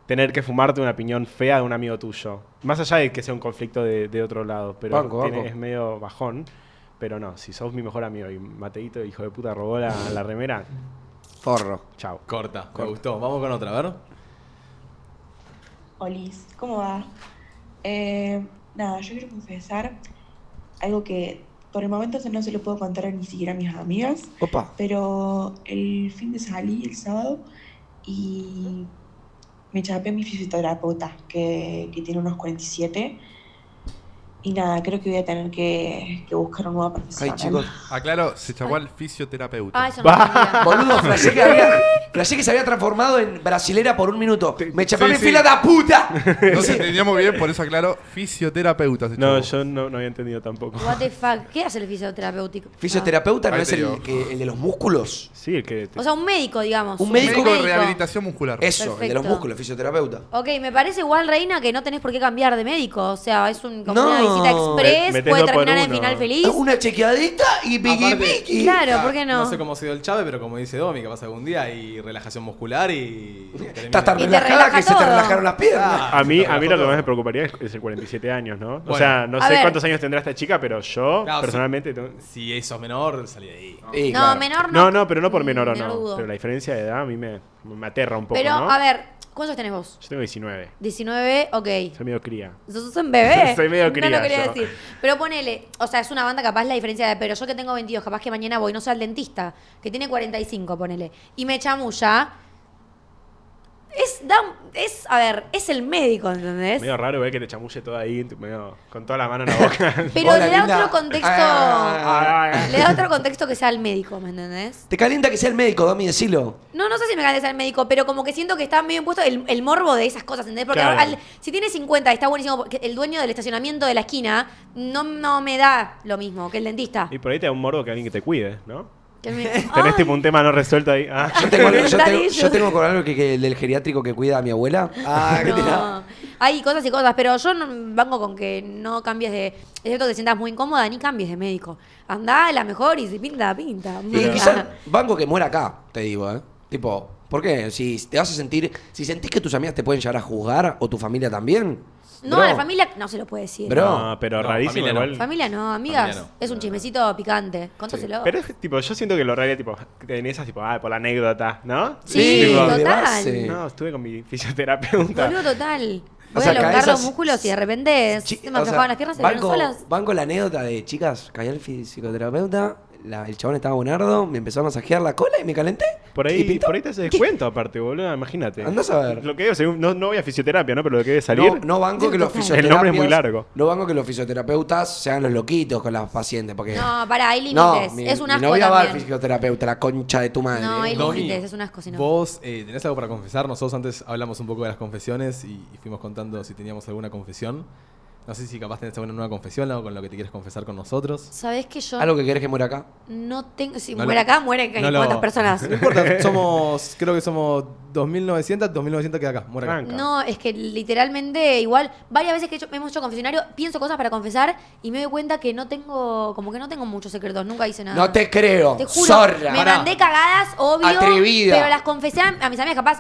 tener que fumarte una opinión fea de un amigo tuyo. Más allá de que sea un conflicto de, de otro lado, pero
Banco,
tiene-
banco.
es medio bajón. Pero no, si sos mi mejor amigo y Mateito, hijo de puta, robó la, la remera,
Forro.
chao.
Corta, me gustó. Vamos con otra, a ver.
Olis, ¿cómo va? Eh, nada, yo quiero confesar algo que por el momento no se lo puedo contar ni siquiera a mis amigas,
[LAUGHS]
Opa.
pero el fin de salí el sábado y me chapé a mi fisioterapeuta, que, que tiene unos 47. Y nada, creo que voy a tener que, que buscar una nueva profesión.
Ay, chicos.
Aclaro, se llamó al fisioterapeuta. [LAUGHS]
Ah, eso no lo sabía.
Boludo, flashé que, había, flashé que se había transformado en brasilera por un minuto. Me chapé
sí,
mi
sí.
fila de
[LAUGHS]
puta.
No se entendíamos bien, por eso aclaro, fisioterapeuta se
No,
llamó.
yo no, no había entendido tampoco.
What the fuck, ¿qué hace
[LAUGHS]
el fisioterapéutico?
Fisioterapeuta no
Ahí
es
te
el,
digo.
que- el de los músculos.
Sí, el que... te-
O sea, un médico, digamos.
Un
Médico,
Médico.
de rehabilitación muscular.
Eso, el de los
Perfecto.
músculos, fisioterapeuta.
Ok, me parece igual, Reina, que no tenés por qué cambiar de médico. O sea, es un, como
No.
una visita express,
Me- me
puede
tengo por
terminar en
uno.
final feliz.
Una chequeadita y piqui
Aparte-
piqui.
Claro, ¿por qué
Ah,
no?
No sé cómo se dio el chave, pero como dice Domi, que pasa algún día hay relajación muscular y.
Estás tan
Y te
relajada que
relaja
se te
todo.
relajaron las piernas.
Ah.
A mí, a mí lo que
Todo.
más me preocuparía es, es el 47 años, ¿no?
Bueno.
o sea, no
A
sé
ver.
cuántos años tendrá esta chica, pero yo
Claro, sí.
personalmente... tengo-
Si eso es menor, salí de ahí.
Y
No,
claro.
menor no.
No, no, pero no por menor o no.
dudo.
Pero la diferencia de edad a mí me, me aterra un poco,
Pero,
¿no?
a ver, ¿cuántos tenés vos?
Yo tengo 19.
19, ok.
Soy medio cría.
Sos sos un
[LAUGHS]
bebé.
Soy medio
No
cría
lo quería
yo.
decir. Pero ponele, o sea, es una banda capaz la diferencia de, pero yo que tengo 22, capaz que mañana voy, no sé, al dentista, que tiene 45, ponele, y me chamulla. Es, da, es, a ver, es el médico, ¿entendés?
Medio raro, ver que te chamulle todo ahí, tipo, medio, con toda la mano en la
[LAUGHS]
boca.
Pero
Hola,
le da
linda.
otro contexto.
Ah, ah, ah,
Le da otro contexto que sea el médico, ¿me entendés?
Te calienta que sea el médico, Domi, decilo.
No, no sé si me encanta ser médico, pero como que siento que está medio impuesto el, el morbo de esas cosas, ¿entendés? Porque
Claro.
al- si tiene 50 y está buenísimo, porque el dueño del estacionamiento de la esquina no, no me da lo mismo que el dentista.
Y por ahí te da un morbo que alguien que te cuide, ¿no?
Que me-
Tenés
Ay,
tipo un tema no resuelto ahí. Ah.
Yo tengo, yo
Mental
tengo- yo
issues.
tengo con algo que, que el del geriátrico que cuida a mi abuela. Ah, [LAUGHS] que te la-
no. Hay cosas y cosas, pero yo no, banco con que no cambies de. Es cierto que te sientas muy incómoda, ni cambies de médico. Andá a la mejor y si pinta, pinta.
Y
Mira.
quizás banco que muera acá, te digo, ¿eh? Tipo, ¿Por qué? Si te vas a sentir. Si sentís que tus amigas te pueden llegar a juzgar o tu familia también.
No,
bro,
a la familia no se lo puede decir.
Bro.
[LAUGHS] No, pero
No,
rarísimo
familia no.
igual.
Familia no, amigas.
Familia no.
Es un chismecito picante. Cuéntaselo.
Pero es tipo, yo siento que lo raría, tipo, en esas, tipo, ah, por la anécdota, ¿no?
Sí,
Tipo,
total.
de base.
No, estuve con mi fisioterapeuta.
Boludo, total.
O
Voy
sea,
a
acá
elongar los
esas-
músculos y de repente
Chi-
se me
o sea,
aflojaban las piernas y se
van
quedaron
con,
solas.
van con la anécdota de, chicas, caí al psicoterapeuta, la- el chabón estaba bonardo, me empezó a masajear la cola y me calenté.
Por
y
ahí,
pintó.
por ahí te hace descuento, aparte, boludo, imagínate.
Andás a ver.
Lo que digo, según- no, no voy a fisioterapia, ¿no? Pero lo que debe salir.
No, no banco que los fisioterapeutas.
El nombre es muy largo.
No banco que los fisioterapeutas sean los loquitos con las pacientes. Porque.
No, pará, hay
Eh. No,
límites.
mi-
es un
mi
asco
novia va al
también.
fisioterapeuta, la concha de tu madre. ¿Eh?
No, hay
Domi,
límites, es un asco si no.
Vos eh, tenés algo para confesar. Nosotros antes hablamos un poco de las confesiones y, y fuimos contando si teníamos alguna confesión. No sé si capaz tenés alguna nueva confesión, algo con lo que te quieres confesar con nosotros.
¿Sabés que yo
Algo que querés que muera acá.
no tengo... Si
No
muere
lo-
acá, mueren
no lo-
[LAUGHS]
cuántas personas.
No importa, somos, creo que somos 2.900, 2.900 queda acá, muera acá.
Tranca.
No, es que literalmente igual, varias veces que he hecho- hemos hecho confesionario, pienso cosas para confesar y me doy cuenta que no tengo, como que no tengo muchos secretos, nunca hice nada.
No te creo.
Te juro,
zorra.
me
Pará.
mandé cagadas, obvio,
Atrevida.
pero las confesé a, a mis amigas, capaz,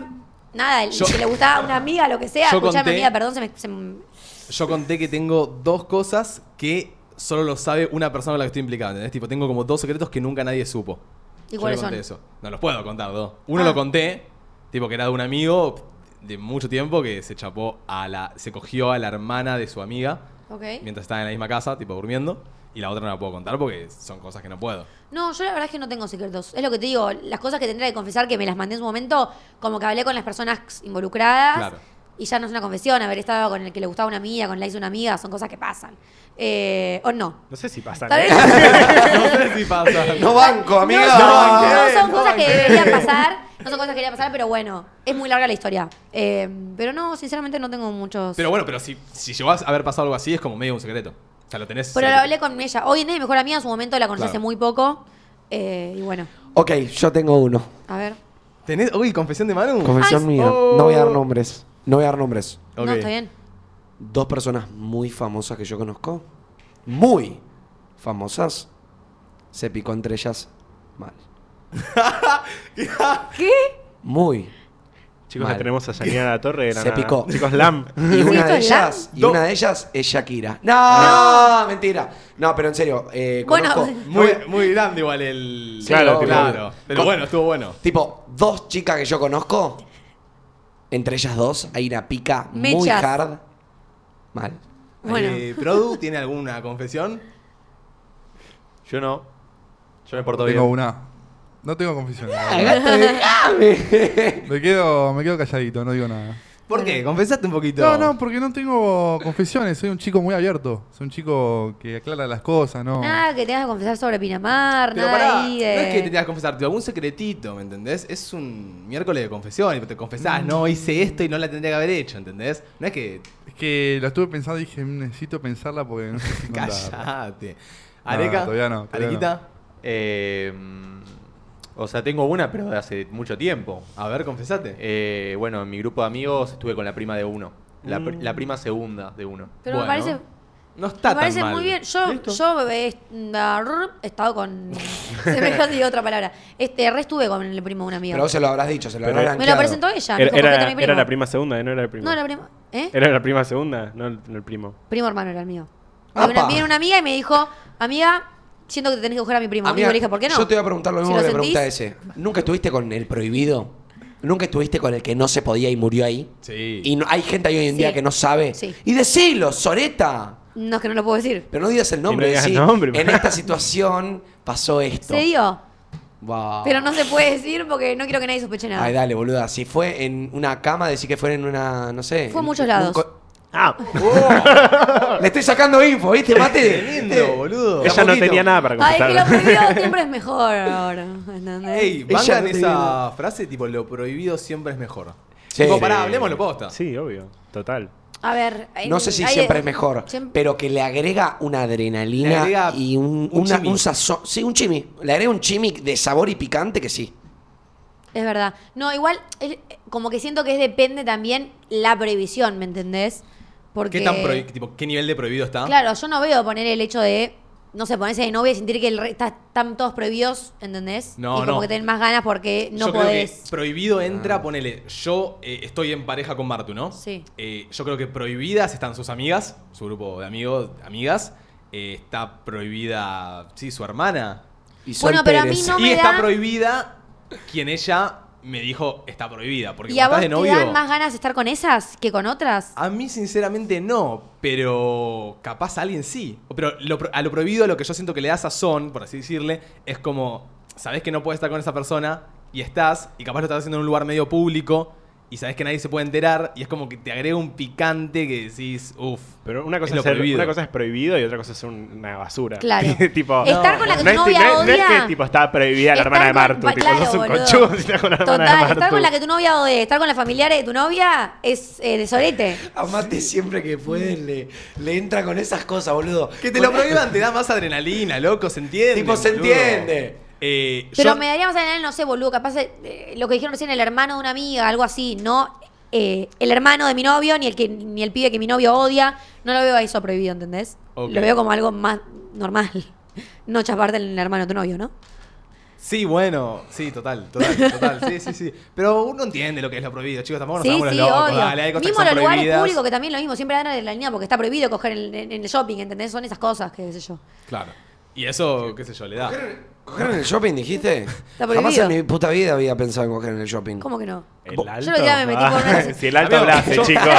nada, el
Yo-
que le gustaba a una amiga, lo que sea,
Yo
escuchame
conté-
amiga, perdón, se me... se me-
Yo conté que tengo dos cosas que solo lo sabe una persona con la que estoy implicada. ¿entendés? Tipo, tengo como dos secretos que nunca nadie supo.
¿Y
Yo
cuáles
le conté
son?
eso. No los puedo contar, dos. Uno
Ah.
lo conté, tipo que era de un amigo de mucho tiempo que se chapó a la. se cogió a la hermana de su amiga
Ok.
mientras estaba en la misma casa, tipo durmiendo. Y la otra no la puedo contar porque son cosas que no
[LAUGHS]
puedo.
No, yo la verdad es que no tengo secretos. Es lo que te digo, las cosas que tendría que confesar que me las mandé en su momento, como que hablé con las personas involucradas.
Claro.
Y ya no es una confesión, haber estado con el que le gustaba una amiga, con la hizo una amiga, son cosas que pasan. Eh, o no.
No sé si pasa.
Tal
¿eh?
vez-
[LAUGHS] no
[LAUGHS]
sé si pasa.
No banco, amiga.
No, no
Eh.
son
no
cosas que
banqué.
deberían pasar, no son cosas que deberían pasar, pero bueno, es muy larga la historia. Eh, pero no, sinceramente no tengo muchos.
Pero bueno, pero si, si llegás a haber pasado algo así, es como medio un secreto. O sea, lo tenés.
Pero lo
secreto.
hablé con ella. Hoy en día, mi mejor amiga, en su momento la conocí
Claro.
hace muy poco. Eh, y bueno,
Ok, yo tengo uno.
a ver.
¿Tenés? Uy, confesión de Manu.
Confesión
Ay,
mía. No voy a dar
Oh.
nombres. No voy a dar nombres.
Ok.
No, está bien.
Dos personas muy famosas que yo conozco. Muy famosas. Se picó entre ellas mal.
[LAUGHS] ¿Qué?
Muy.
Chicos,
Mal.
ya tenemos a Yanina La Torre de la
Se
nada.
picó. [LAUGHS]
Chicos, Lam.
Y una
esto
de
es
ellas, y
No.
una de ellas es Shakira. No, mentira. No, pero en serio, eh,
Bueno.
conozco-
[LAUGHS]
Muy, muy grande igual el...
Sí,
Claro, tipo-
claro. Pero
Con-
bueno, estuvo bueno.
Tipo, dos chicas que yo conozco, entre ellas dos, hay una pica muy
Mechas.
hard. Mal.
Bueno.
Eh, ¿Produ tiene alguna confesión?
Yo no. Yo me porto
Tengo
bien.
una. No tengo confesiones. la
Ah,
verdad. [LAUGHS] me, quedo, me quedo calladito, no digo nada.
¿Por qué? Confesaste un poquito.
No, no, porque no tengo confesiones. Soy un chico muy abierto. Soy un chico que aclara las cosas, ¿no?
Nada que tengas que confesar sobre Pinamar,
Pero
nada
pará,
ahí
no es que te
de.
tengas que confesar, tipo, algún secretito, ¿me entendés? Es un miércoles de confesión y te
Mm.
confesás, no, hice esto y no la tendría que haber hecho, ¿entendés? No es que...
Es que la estuve pensando y dije, necesito pensarla porque no
[LAUGHS]
sé si contar.
Callate.
No,
Areca,
todavía no, todavía
Arequita,
Eh, mm, o sea, tengo una, pero de hace mucho tiempo.
a ver, confesate.
Eh, bueno, en mi grupo de amigos estuve con la prima de uno. La, pr-
Mm.
la prima segunda de uno.
Pero me
Bueno,
parece.
No está
me parece
tan mal.
muy bien. Yo, yo eh, est- da- rrr, he
[LAUGHS]
estado con. se me quedó así otra palabra. Este, re estuve con el primo de una amiga.
Pero vos se lo habrás dicho, se lo
Pero-
habrás
me lo
rankeado.
presentó ella. me
Era,
dijo, "Confeta a mi
era,
primo".
era la prima segunda, eh, no era el primo.
No, la prima. ¿Eh?
Era la prima segunda, no el, no el primo.
Primo hermano era el mío. Y
¡Apa!
una, vino una amiga y me dijo, amiga, siento que te tenés que coger a mi primo.
Amiga,
y yo le dije, ¿por qué no?
Ah, Yo te voy a preguntar lo
Si
mismo que le
sentís,
pregunté a ese. ¿Nunca estuviste con el prohibido? ¿Nunca estuviste con el que no se podía y murió ahí?
Sí.
Y no- hay gente ahí hoy en
Sí.
día que no sabe.
Sí.
Y decilo, Soreta.
No, es que no lo puedo decir.
Pero no digas el nombre.
no digas
decí,
el nombre.
en esta situación pasó esto.
Se dio,
Wow.
pero no se puede decir porque no quiero que nadie sospeche nada.
Ah. Ay, dale, boluda. Si fue en una cama, decir que fue en una, no sé.
Fue a
en-
muchos
un
lados.
co- ¡Oh!
Ah,
Le estoy sacando info, ¿viste, mate?
Tremendo, boludo.
ella no
Laburito.
tenía nada para
Ay, es que lo
confesar. [LAUGHS]
prohibido
[LAUGHS]
siempre es mejor ahora. ¿entendés?
Ey,
Ella
bancan
no te
esa frase, tipo, lo prohibido siempre es mejor.
Sí.
Tipo, pará, hablemoslo posta.
Sí, obvio. Total.
A ver. hay-
No sé si
hay-
siempre es mejor,
siempre-
pero que le agrega una adrenalina
Le agrega
y un,
un
una-
chimi.
un sazón. Sí, un chimi. Le agrega un chimi de sabor y picante que sí.
Es verdad. No, igual, es- como que siento que es depende también la prohibición, ¿me entendés? Porque...
¿Qué, tan prohi- tipo, ¿Qué nivel de prohibido está?
Claro, yo no veo poner el hecho de no sé, ponerse de novia y sentir que el re- está- están todos prohibidos, ¿entendés?
No,
y como
no.
que tenés más ganas porque no
yo creo
podés.
que prohibido entra, ponele, yo eh, estoy en pareja con Martu, ¿no?
Sí.
Eh, yo creo que prohibidas están sus amigas, su grupo de amigos, amigas. Eh, está prohibida, sí, su hermana.
Y Sol
Bueno, pero a mí
Pérez.
no
y
me
está
da-
prohibida quien ella me dijo está prohibida. Porque
¿Y
cuando
a vos
estás de
te
novio.
dan más ganas de estar con esas que con otras?
Ah,
A mí, sinceramente, no. Pero capaz a alguien sí. Pero lo pro- a lo prohibido, lo que yo siento que le das sazón, por así decirle, es como, sabés que no puedes estar con esa persona y estás, y capaz lo estás haciendo en un lugar medio público y sabés que nadie se puede enterar y es como que te agrega un picante que decís, uff.
Pero una cosa,
lo
es ser-
prohibido.
una cosa es prohibido y otra cosa es un- una basura.
Claro.
[LAUGHS] tipo,
Estar con la que tu
no es,
novia
no es- no es
odia.
que tipo, estaba prohibida la
Estar
hermana de
con-
Martu.
va-
Tipo,
claro,
sos un
boludo.
conchudo si estás con la hermana de
Total,
Martu.
estar con la que tu novia odia, estar con las familiares de tu novia es eh, de sorete.
[LAUGHS] A Mate siempre que puede le, le entra con esas cosas, boludo.
Que te lo prohíban te da [LAUGHS] más adrenalina, loco, ¿se entiende?
Tipo, se
boludo?
entiende.
Eh,
Pero
yo-
me daría más adelante, no sé, boludo, capaz eh, lo que dijeron recién, el hermano de una amiga, algo así, no eh, el hermano de mi novio, ni el que ni el pibe que mi novio odia, no lo veo a eso prohibido, ¿entendés?
Ok.
Lo veo como algo más normal. [LAUGHS] No chaparte el hermano de tu novio, ¿no?
Sí, bueno, sí, total, total, total, sí, sí, sí. Pero uno entiende lo que es lo prohibido, chicos, tampoco nos
sí,
hagamos los
sí,
locos,
obvio.
dale, hay cosas
Mismo
que son
los lugares
prohibidas.
públicos, que también lo mismo, siempre dan la línea porque está prohibido coger en, en- en el shopping, ¿entendés? Son esas cosas que, qué sé yo.
Claro. Y eso, qué sé yo, le da.
[LAUGHS] ¿Coger en el shopping, dijiste? Jamás
prohibido.
en mi puta vida había pensado en coger en el shopping.
¿Cómo que no?
El
Yo lo
alto.
que ya me metí por
[LAUGHS]
una
Ah,
vez.
[LAUGHS] Si el alto
Amigo,
hablase,
yo- [LAUGHS]
chicos.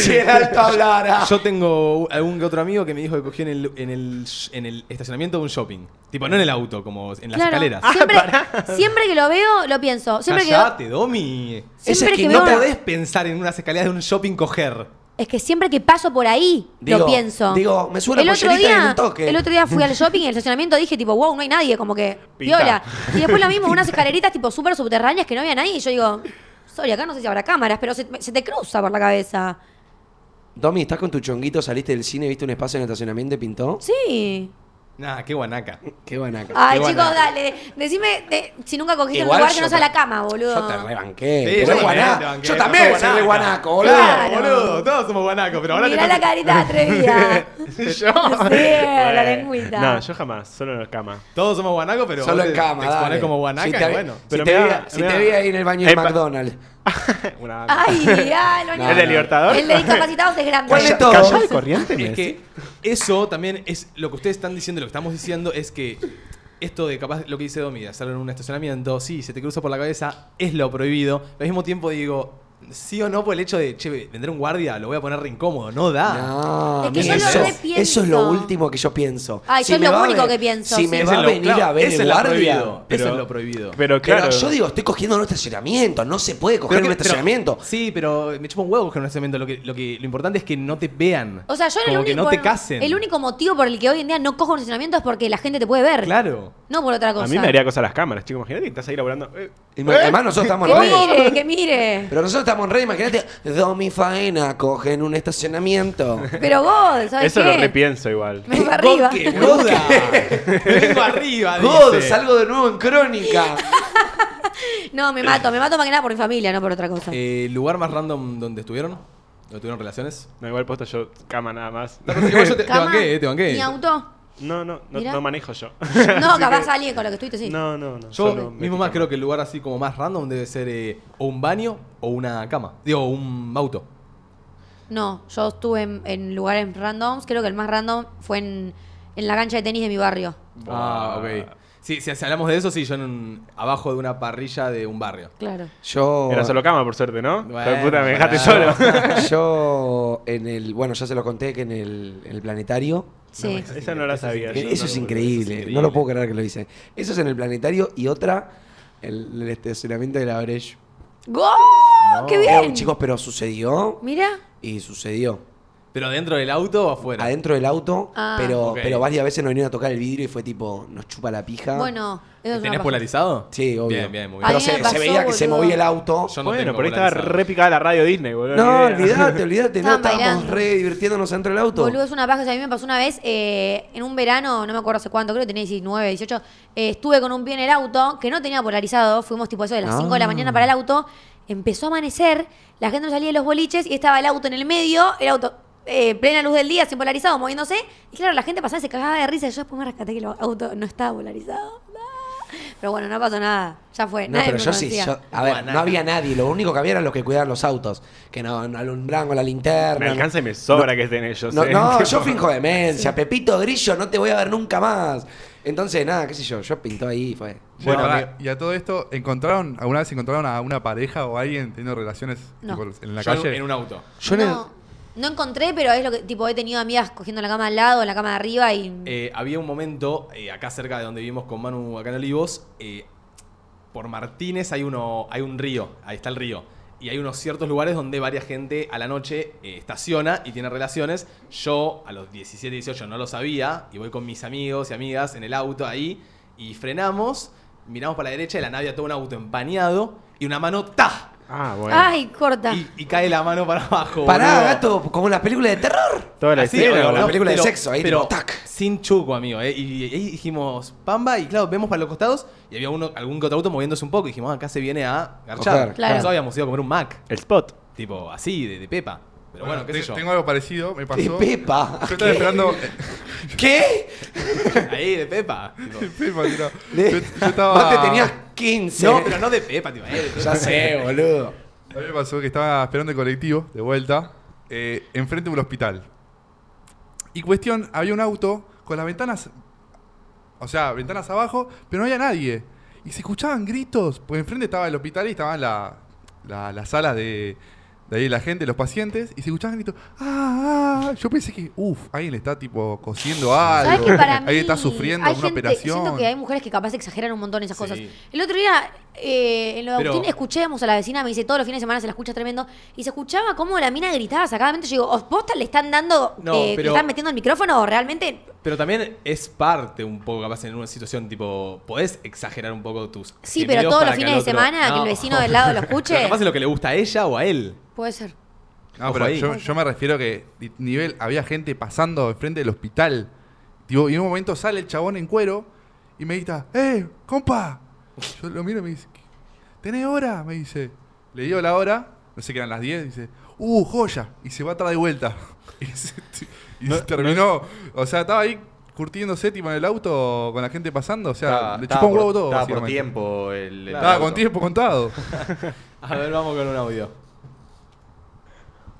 Si el alto hablara.
Ah. Yo tengo u- algún que otro amigo que me dijo que cogió en el, en el, sh- en el estacionamiento de un shopping. Tipo, no en el auto, como en las
Claro. Ah,
escaleras. Ah,
Siempre, siempre que lo veo, lo pienso. Siempre que
Callate, Domi.
Siempre
es que
que
No
veo-
podés pensar en unas escaleras de un shopping coger.
Es que siempre que paso por ahí,
Digo,
lo pienso.
digo, me suena
el otro
pollerita y
día,
un toque.
El otro día
[LAUGHS]
fui al shopping, en el estacionamiento, dije, tipo, wow, no hay nadie, como que,
Pita.
piola. Y después lo
[LAUGHS]
mismo, unas escaleritas, tipo, súper subterráneas que no había nadie. Y yo digo, sorry, acá no sé si habrá cámaras, pero se, se te cruza por la cabeza.
Domi, ¿estás con tu chonguito? ¿Saliste del cine? ¿Viste un espacio en el estacionamiento y pintó?
Sí.
Nah, qué guanaca.
Qué buena cara.
Ay,
Qué
chicos,
guanaca.
dale. Decime de- si nunca cogiste en un
Igual
lugar que
yo
no sea
te-
la cama, boludo.
Yo te rebanqué.
Sí,
pero
yo
es
también
guaná-
te banqué,
yo
yo
también
soy
soy re
guanaca.
guanaco, boludo.
Claro.
boludo, todos somos guanacos, pero ahora
Mirá
te
la
[LAUGHS]
carita atrevida.
Yo.
Sí, la lengüita.
No, yo jamás, solo en la cama. [LAUGHS]
Todos somos guanacos, pero
Solo
vos
en
te-
cama,
te exponés
dale.
como guanaca
Si
y
te,
bueno.
si
Pero
te
me
vi,
da-
si
me
te
da-
vi ahí en el baño de
Epa.
McDonald's.
Una-
Ay, ay, no,
¿Es
no,
de
no.
Libertador?
El de discapacitados es grande.
¿Cuál de
Calla-
todos?
calla de corriente? me
Es que eso también es lo que ustedes están diciendo, lo que estamos diciendo es que esto de capaz lo que dice Domi, de hacerlo en un estacionamiento, sí, se te cruza por la cabeza, es lo prohibido. Pero al mismo tiempo digo, sí o no por el hecho de, che, vendré un guardia, lo voy a poner re incómodo, no da.
No,
Es que
amigo,
yo lo
eso,
repienso.
eso es lo último que yo pienso.
Ay, yo es
me
lo
va a
único
ver-
que pienso,
Si
sí.
me va
Ese
a
lo-
venir
claro,
a ver
ese
el
es lo
guardia.
prohibido,
pero-
ese es lo prohibido.
Pero
Pero
claro.
yo digo, estoy cogiendo en un estacionamiento. No se puede coger en
que-
un estacionamiento.
sí, pero me chupa un huevo que un estacionamiento. Lo, que, lo, que, lo importante es que no te vean.
O sea, yo
Como
el único,
que no te casen.
el único motivo por el que hoy en día no cojo un estacionamiento es porque la gente te puede ver.
Claro.
No por otra cosa.
A mí me haría cosa las cámaras, chicos. Imagínate que estás ahí laburando. eh,
Ima- Además, nosotros estamos
Que
en red.
mire, que mire.
Pero nosotros estamos en red, imagínate, Domi Faena coge en un estacionamiento.
Pero God, ¿sabes
Eso
qué?
lo repienso igual.
[LAUGHS] Me vengo [LAUGHS] arriba.
¡Qué boluda! Me [LAUGHS] vengo arriba,
God,
dice.
salgo de nuevo en crónica.
[LAUGHS] No, me mato. Me mato más que nada por mi familia, no por otra cosa.
Eh, ¿Lugar más random donde estuvieron? ¿Donde tuvieron relaciones?
No, igual puesto yo cama nada
[LAUGHS]
más.
No, pero [LAUGHS] igual yo te, te
Cama,
banqué, eh, te banqué.
¿Ni auto?
[LAUGHS]
No, no, no,
Mirá.
no manejo yo.
No, capaz alguien con lo que estuviste, sí.
No, no,
Yo
no. solo me
mismo
fui
más
cama.
creo que el lugar así como más random debe ser eh, o un baño o una cama. Digo, un auto.
No, yo estuve en, en lugares randoms. Creo que el más random fue en, en la cancha de tenis de mi barrio.
Ah, ok. Sí, si, si hablamos de eso, sí, yo en un- abajo de una parrilla de un barrio.
Claro.
Yo.
Era solo cama, por suerte, ¿no?
Bueno,
Pero puta, me dejaste
pará.
[LAUGHS]
solo. [LAUGHS]
Yo en el. Bueno, ya se lo conté que en el, en el planetario.
Sí.
Esa no la sabía. yo,
Eso
no
es
me acuerdo.
increíble. No lo puedo creer que lo hice. Eso es en el planetario y otra. El, el estacionamiento de la Breche.
¡Go! ¡Qué
Eh,
bien!
chicos, pero sucedió
Mira.
y sucedió.
¿Pero dentro del auto o afuera?
Adentro del auto,
Ah.
pero,
Ok.
pero varias veces nos vinieron a tocar el vidrio y fue tipo, nos chupa la pija.
Bueno, eso es una
Ah. ¿Tenés
paja.
polarizado?
Sí, obvio.
Bien, bien, muy
A
bien.
Pero
mí
se,
me
se
pasó,
veía que se
boludo.
movía el auto.
Yo no
Bueno,
tengo
por ahí estaba
polarizado.
repicada la radio Disney, boludo.
No,
ni idea.
olvídate, olvídate. No,
Estaban
estábamos
bailando.
re divirtiéndonos dentro del auto.
Boludo, es una paja. O sea, a mí me pasó una vez, eh, en un verano, no me acuerdo hace cuánto, creo que tenía 19, 18, eh, estuve con un pie en el auto que no tenía polarizado. Fuimos tipo eso de las
Ah.
5 de la mañana para el auto. Empezó a amanecer, la gente no salía de los boliches y estaba el auto en el medio, el auto eh, plena luz del día, sin polarizado, moviéndose. Y claro, la gente pasaba y se cagaba de risa. Y yo después me rescaté que el auto no estaba polarizado. Ah. Pero bueno, no pasó nada. Ya fue.
No,
Eh, Nadie
pero
me
yo sí.
conocía.
yo- a ver, no había nadie. Lo único que había eran los que cuidaban los autos. Que no, no alumbraban con la linterna.
[LAUGHS] Me alcanza y me sobra que estén ellos.
No,
¿eh? [LAUGHS]
no,
Tipo,
yo finjo demencia. Pepito Grillo, no te voy a ver nunca más. Entonces, nada, qué sé yo. Yo pintó ahí y fue.
Bueno,
Pará,
eh,
amigo.
y a todo esto, ¿encontraron, alguna vez encontraron a una pareja o a alguien teniendo relaciones
No.
tipo, en la
Yo en-
calle?
en un auto.
Yo en el-
no, no encontré, pero es lo que, tipo, he tenido amigas cogiendo la cama al lado, la cama de arriba y...
Eh, había un momento, eh, acá cerca de donde vivimos con Manu, acá en Olivos, eh, por Martínez hay uno, hay un río, ahí está el río. Y hay unos ciertos lugares donde varias gente a la noche eh, estaciona y tiene relaciones. Yo a los 17, 18 no lo sabía y voy con mis amigos y amigas en el auto ahí y frenamos, miramos para la derecha y de la nave todo un auto empañado y una mano ¡ta!
Ah, bueno.
Ay, corta.
Y, y cae la mano para abajo.
Pará,
boludo.
gato, como en las películas de terror.
Toda la
Así,
escena,
obvio,
boludo.
la película de sexo, ahí tipo, tac.
Sin chuco, amigo. eh, Y ahí dijimos, pamba, y claro, vemos para los costados y había uno, algún que otro auto moviéndose un poco. Y dijimos, "Ah, acá se viene a garchar.
Coger,
Claro.
Nosotros habíamos ido a comer un Mac,
El spot.
tipo así, de, de Pepa. Pero bueno, qué
te-
sé yo.
Tengo algo parecido, me
De
[LAUGHS]
pasó.
Pepa.
Yo estaba
[LAUGHS]
esperando. eh,
¿Qué?
Ahí, de Pepa.
[LAUGHS]
tipo.
Pepa, tira.
Le-
Yo, yo estaba.
Vos te tenías 15. [LAUGHS]
No, pero no de Pepa, tipo, eh, de Pepa.
Ya sé, boludo.
A mí me pasó que estaba esperando el colectivo de vuelta, eh, enfrente de un hospital. Y cuestión, había un auto con las ventanas, o sea, ventanas abajo, pero no había nadie. Y se escuchaban gritos, pues enfrente estaba el hospital y estaban la, la, las salas de, de ahí la gente, los pacientes, y se escuchaban gritos. ¡Ah! ah". Yo pensé que, uff, alguien le está tipo cosiendo algo.
¿Sabes que para mí
alguien está sufriendo
hay
alguna
gente-
operación.
Siento que hay mujeres que capaz exageran un montón esas
Sí.
cosas. El otro día, eh, en lo de
Pero-
Agustín, escuchamos a la vecina, me dice todos los fines de semana se la escucha tremendo, y se escuchaba cómo la mina gritaba sacadamente. Yo digo, ¿os posta le están dando,
No,
eh, le
pero-
están metiendo el micrófono o realmente?
Pero también es parte un poco, capaz, en una situación tipo, podés exagerar un poco tus.
Sí,
gemidos
pero todos
para
los
que
fines
al
de
otro-
semana, que
No.
el vecino del lado
[LAUGHS]
lo
Pero
escuche.
capaz es lo que le gusta a ella o a él.
Puede ser.
No,
Ojo
pero
ahí.
yo, yo me refiero que di- nivel había gente pasando enfrente del hospital. Tipo, y en un momento sale el chabón en cuero y me grita, ¡eh, compa! Yo lo miro y me dice, "¿Qué? ¿tenés hora? Me dice. Le digo la hora, no sé qué eran las 10, dice, ¡uh, joya! Y se va atrás de vuelta. [LAUGHS] Y, se, y se terminó. O sea, estaba ahí curtiéndose tipo en el auto con la gente pasando. O sea,
Estaba-
le
estaba
chupó un
por-
huevo todo.
Estaba por
básicamente.
tiempo el. el
Estaba
auto.
con
[LAUGHS]
tiempo contado.
A ver, vamos con un audio.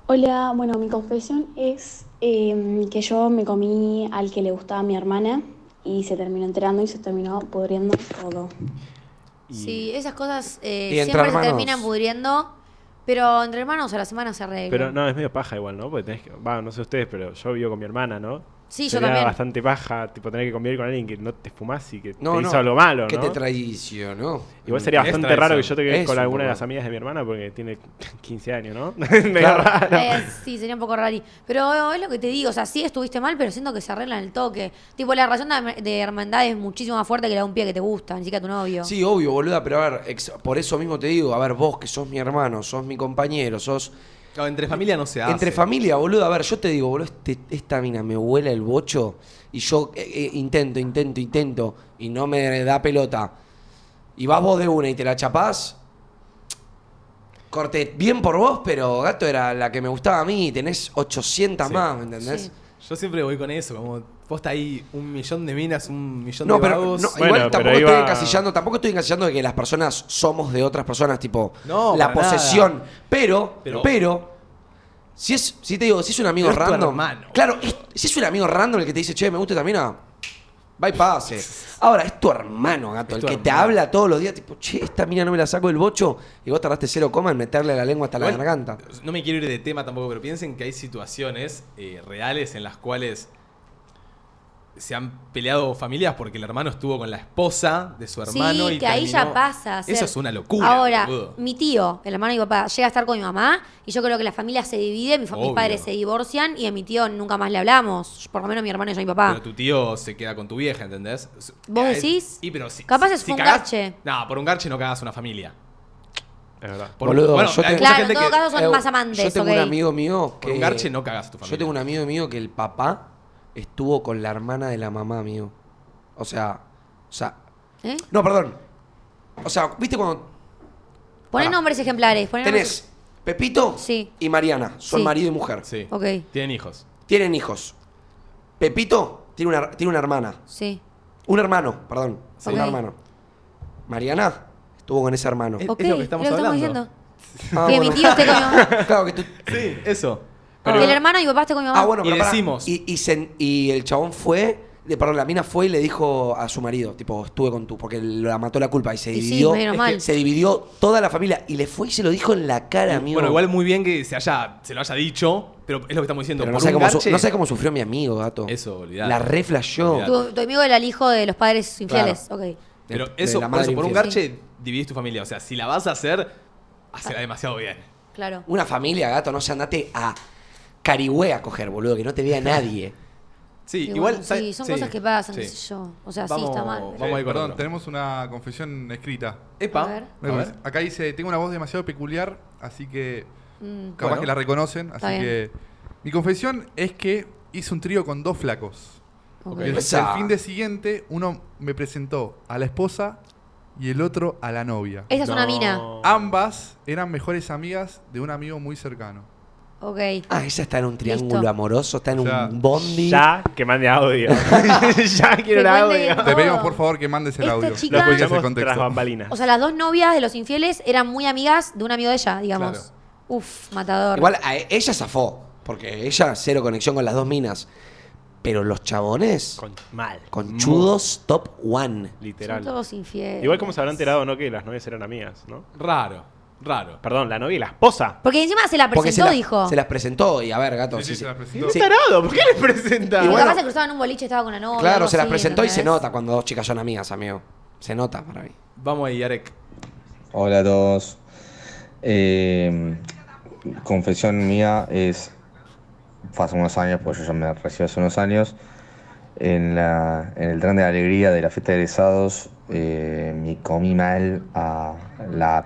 Hola, bueno, mi confesión es eh, que yo me comí al que le gustaba a mi hermana y se terminó enterando y se terminó pudriendo todo.
Sí, esas cosas eh,
Y entre
siempre se
hermanos.
terminan pudriendo, pero entre hermanos a la semana se arreglan.
Pero no, es medio paja igual, ¿no? Porque tenés que. Va, no sé ustedes, pero yo vivo con mi hermana, ¿no?
Sí, yo
Sería
también.
bastante paja, tipo, tener que convivir con alguien que no te fumás y que
No,
te
no.
hizo algo malo, ¿no?
Que te traicionó.
Igual sería
Es
bastante raro que yo
traición.
te quede
Es
con
un
alguna de
poco.
las amigas de mi hermana porque tiene [LAUGHS] 15 años, ¿no? [LAUGHS] Medio
Ah,
raro.
Eh, sí, sería un poco raro. Pero es lo que te digo, o sea, sí estuviste mal, pero siento que se arreglan el toque. Tipo, la relación de, de hermandad es muchísimo más fuerte que la de un pie que te gusta, ni siquiera tu novio.
Sí, obvio, boluda, pero a ver, ex- por eso mismo te digo, a ver, vos que sos mi hermano, sos mi compañero, sos...
Claro, entre familia no se hace.
Entre familia, boludo, a ver, yo te digo, boludo, este- esta mina me vuela el bocho y yo eh, eh, intento, intento, intento y no me da pelota. Y vas vos de una y te la chapás. Corte bien por vos, pero gato era la que me gustaba a mí, tenés 800
Sí.
más, ¿me entendés?
Sí.
Yo siempre voy con eso, como posta ahí un millón de minas, un millón
No,
de
pero
vagos.
no,
Bueno,
igual
pero
tampoco
ahí
estoy
va-
encasillando, tampoco estoy encasillando de que las personas somos de otras personas, tipo
No,
la
para nada.
posesión. Pero, pero,
Pero-
si es, si te digo, si es un amigo
Pero es tu
random.
hermano.
Claro, es- si es un amigo random el que te dice, che, me gusta también a. Va y pase. Ahora, es tu hermano,
Es
gato, el
tu
que te
hermano.
habla todos los días, tipo, che, esta mina no me la saco del bocho, y vos tardaste cero coma en meterle la lengua hasta la
Igual,
garganta.
No me quiero ir de tema tampoco, pero piensen que hay situaciones eh, reales en las cuales se han peleado familias porque el hermano estuvo con la esposa de su hermano
sí,
y
que ahí
terminó-
ya pasa. a ser-
Eso es una locura.
Ahora,
boludo.
mi tío, el hermano de mi papá, llega a estar con mi mamá y yo creo que la familia se divide, mi fa- mis
Obvio.
padres se divorcian y a mi tío nunca más le hablamos. Por lo menos mi hermano y yo a mi papá.
Pero tu tío se queda con tu vieja, ¿entendés?
¿Vos
Eh,
decís?
Y pero si,
Capaz
si-
es
si
fue un
cagás-
garche.
No, por un garche no cagas una familia.
Es verdad.
Por-
Boludo,
bueno,
yo
hay
te-
mucha
Claro, en
gente
todo
que-
caso son
Eh,
más amantes.
Yo tengo
ok.
un amigo mío que.
Por un garche no cagás a tu familia.
Yo tengo un amigo mío que el papá estuvo con la hermana de la mamá mío. O sea. O sea.
¿Eh?
No, perdón. O sea, viste cuando
Poné
Pará.
nombres ejemplares. Poné
tenés Pepito
Sí.
y Mariana son
Sí.
marido y mujer.
Sí.
Ok,
Tienen hijos.
Tienen hijos. Pepito tiene una, tiene una hermana.
sí.
Un hermano, perdón.
Sí.
Un
Ok.
hermano. Mariana estuvo con ese hermano.
Es-
Ok,
lo que estamos hablando.
diciendo.
Ah,
que
bueno.
mi
[LAUGHS]
tío esté con mi mamá.
Claro que tú-
Sí, eso.
Que el hermano y mi papá esté con mi mamá.
Ah, bueno,
Y
pero pará.
decimos.
Y, y sen- y el chabón fue. de- Perdón, la mina fue y le dijo a su marido, tipo, estuve con tú, porque la mató la culpa y se
Y sí,
dividió.
menos Es mal. que-
Se dividió toda la familia y le fue y se lo dijo en la
Este
cara, amigo.
Bueno, igual muy bien que se, haya, se lo haya dicho, pero es lo que estamos diciendo.
Pero
Por
no sé,
un
cómo su-
garche-
no sé cómo sufrió mi amigo, gato.
Eso, olvidate.
La reflashó.
Olvidate.
Tu, tu amigo era el hijo de los padres infieles. Ok.
Pero
de
eso,
la
por,
madre
eso, por un
infiel.
garche dividís tu familia. O sea, si la vas a hacer,
Ah.
hacela demasiado bien.
Claro.
Una familia, gato, no sé, andate a Carigüe a coger, boludo, que no te
[LAUGHS]
vea nadie.
Sí,
Y
igual.
bueno,
sa-
sí, son
sí,
cosas que pasan,
sí.
qué sé yo. O sea, sí,
Vamos-
está mal. pero-
Vamos a ir con
Perdón,
otro.
tenemos una confesión escrita.
Epa.
A ver.
a ver.
Acá dice, tengo una voz demasiado peculiar, así que
Mm.
capaz
Bueno.
que la reconocen. Así
Está bien.
que mi confesión es que hice un trío con dos flacos.
Ok.
Y el,
Esa.
el fin de siguiente, uno me presentó a la esposa y el otro a la novia.
Esa es una
No.
mina.
Ambas eran mejores amigas de un amigo muy cercano.
Ok.
Ah, ella está en un triángulo
Listo.
amoroso, está en
Ya.
un bondi.
Ya que mande
[LAUGHS]
audio. ya quiero el
Que
audio.
mande-
Te
Oh.
pedimos por favor que mandes el
Esta
audio.
Lo
Lo
chica-
expliques el
escuchamos
contexto.
tras bambalinas.
O sea, las dos novias de los infieles eran muy amigas de un amigo de ella, digamos.
Claro.
Uf, matador.
Igual a e- ella zafó, porque ella cero conexión con las dos minas. Pero los chabones,
Con- mal.
conchudos top one.
Son
Literal.
todos infieles.
Igual como se habrán enterado, ¿no? Que las novias eran amigas, ¿no?
Raro,
[LAUGHS]
raro.
Perdón, la novia y la esposa.
Porque encima se la presentó,
Porque se, la-
dijo.
se las presentó y a ver, gato.
Sí, sí,
sí,
se
sí.
las presentó.
Sí,
Tarado, ¿por qué les presenta?
Y
Y
capaz
bueno.
se cruzaban en un boliche, estaba con una novia.
Claro,
algo
se las
así,
presentó y se
¿entendés?
nota cuando dos chicas son amigas, amigo. Se nota para mí.
Vamos a Yarek.
Hola a todos. Eh, confesión mía es, fue hace unos años, pues yo ya me recibí hace unos años, en, la- en el tren de la alegría de la fiesta de egresados, eh, me comí mal a la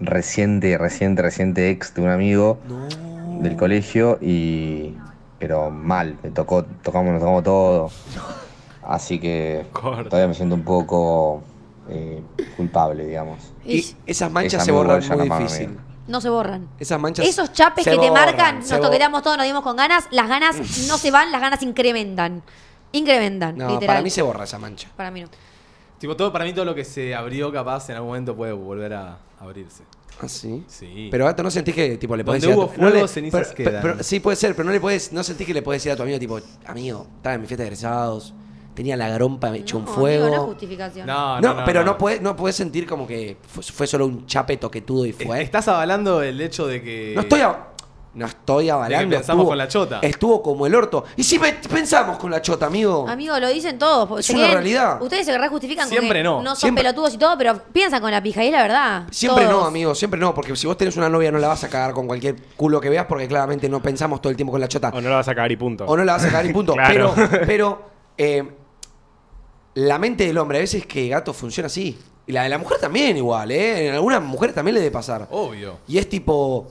reciente, reciente, reciente ex de un amigo del colegio y... Pero mal, me tocó, tocamos, nos tocamos todo. Así que
Corta.
todavía me siento un poco eh, culpable, digamos.
Y
Ish,
esas manchas
Esa
se
me
borran
borra ya
muy
la mano
difícil.
mía.
No se borran.
Esas manchas.
Esos chapes
se
que te
borran,
marcan,
se
nos
borran.
toqueteamos todos, nos dimos con ganas, las ganas no se van, las ganas incrementan. Incrementan,
No,
literal.
para mí se borra esa mancha.
Para mí no.
Tipo, todo, para mí todo lo que se abrió capaz en algún momento puede volver a abrirse.
Ah, sí.
Sí.
Pero gato, no sentís que tipo le podés
Donde
decir. a
hubo
tu- no
fuego,
le-
cenizas
pero-
quedan.
pero- sí, puede ser, pero no le podés, no sentís que le podés decir a tu amigo, tipo, amigo, estaba en mi fiesta de egresados, tenía la grompa hecha un
No,
fuego.
amigo, no es justificación.
no,
No, pero no podés, no podés sentir como que fu- fue solo un chape toquetudo y
Es-
fue.
Eh, Estás avalando el hecho de que.
¿eh? no estoy a- no estoy avalando.
pensamos
estuvo-
con la chota.
Estuvo como el orto. Y si pe- pensamos con la chota, amigo.
Amigo, lo dicen todos. porque
Es
si
una
bien
realidad.
Ustedes se rejustifican con
Siempre
que
no.
no son
Siempre-
pelotudos y todo, pero piensan con la pija, y es la verdad.
Siempre
Todos.
no, amigo, siempre no, porque si vos tenés una novia no la vas a cagar con cualquier culo que veas, porque claramente no pensamos todo el tiempo con la chota.
O no la vas a cagar y punto.
O no la vas a cagar
[LAUGHS]
y punto.
Claro.
Pero, pero eh, la mente del hombre a veces que gato funciona así. Y la de la mujer también igual, ¿eh? En algunas mujeres también le debe pasar.
Obvio.
Y es tipo,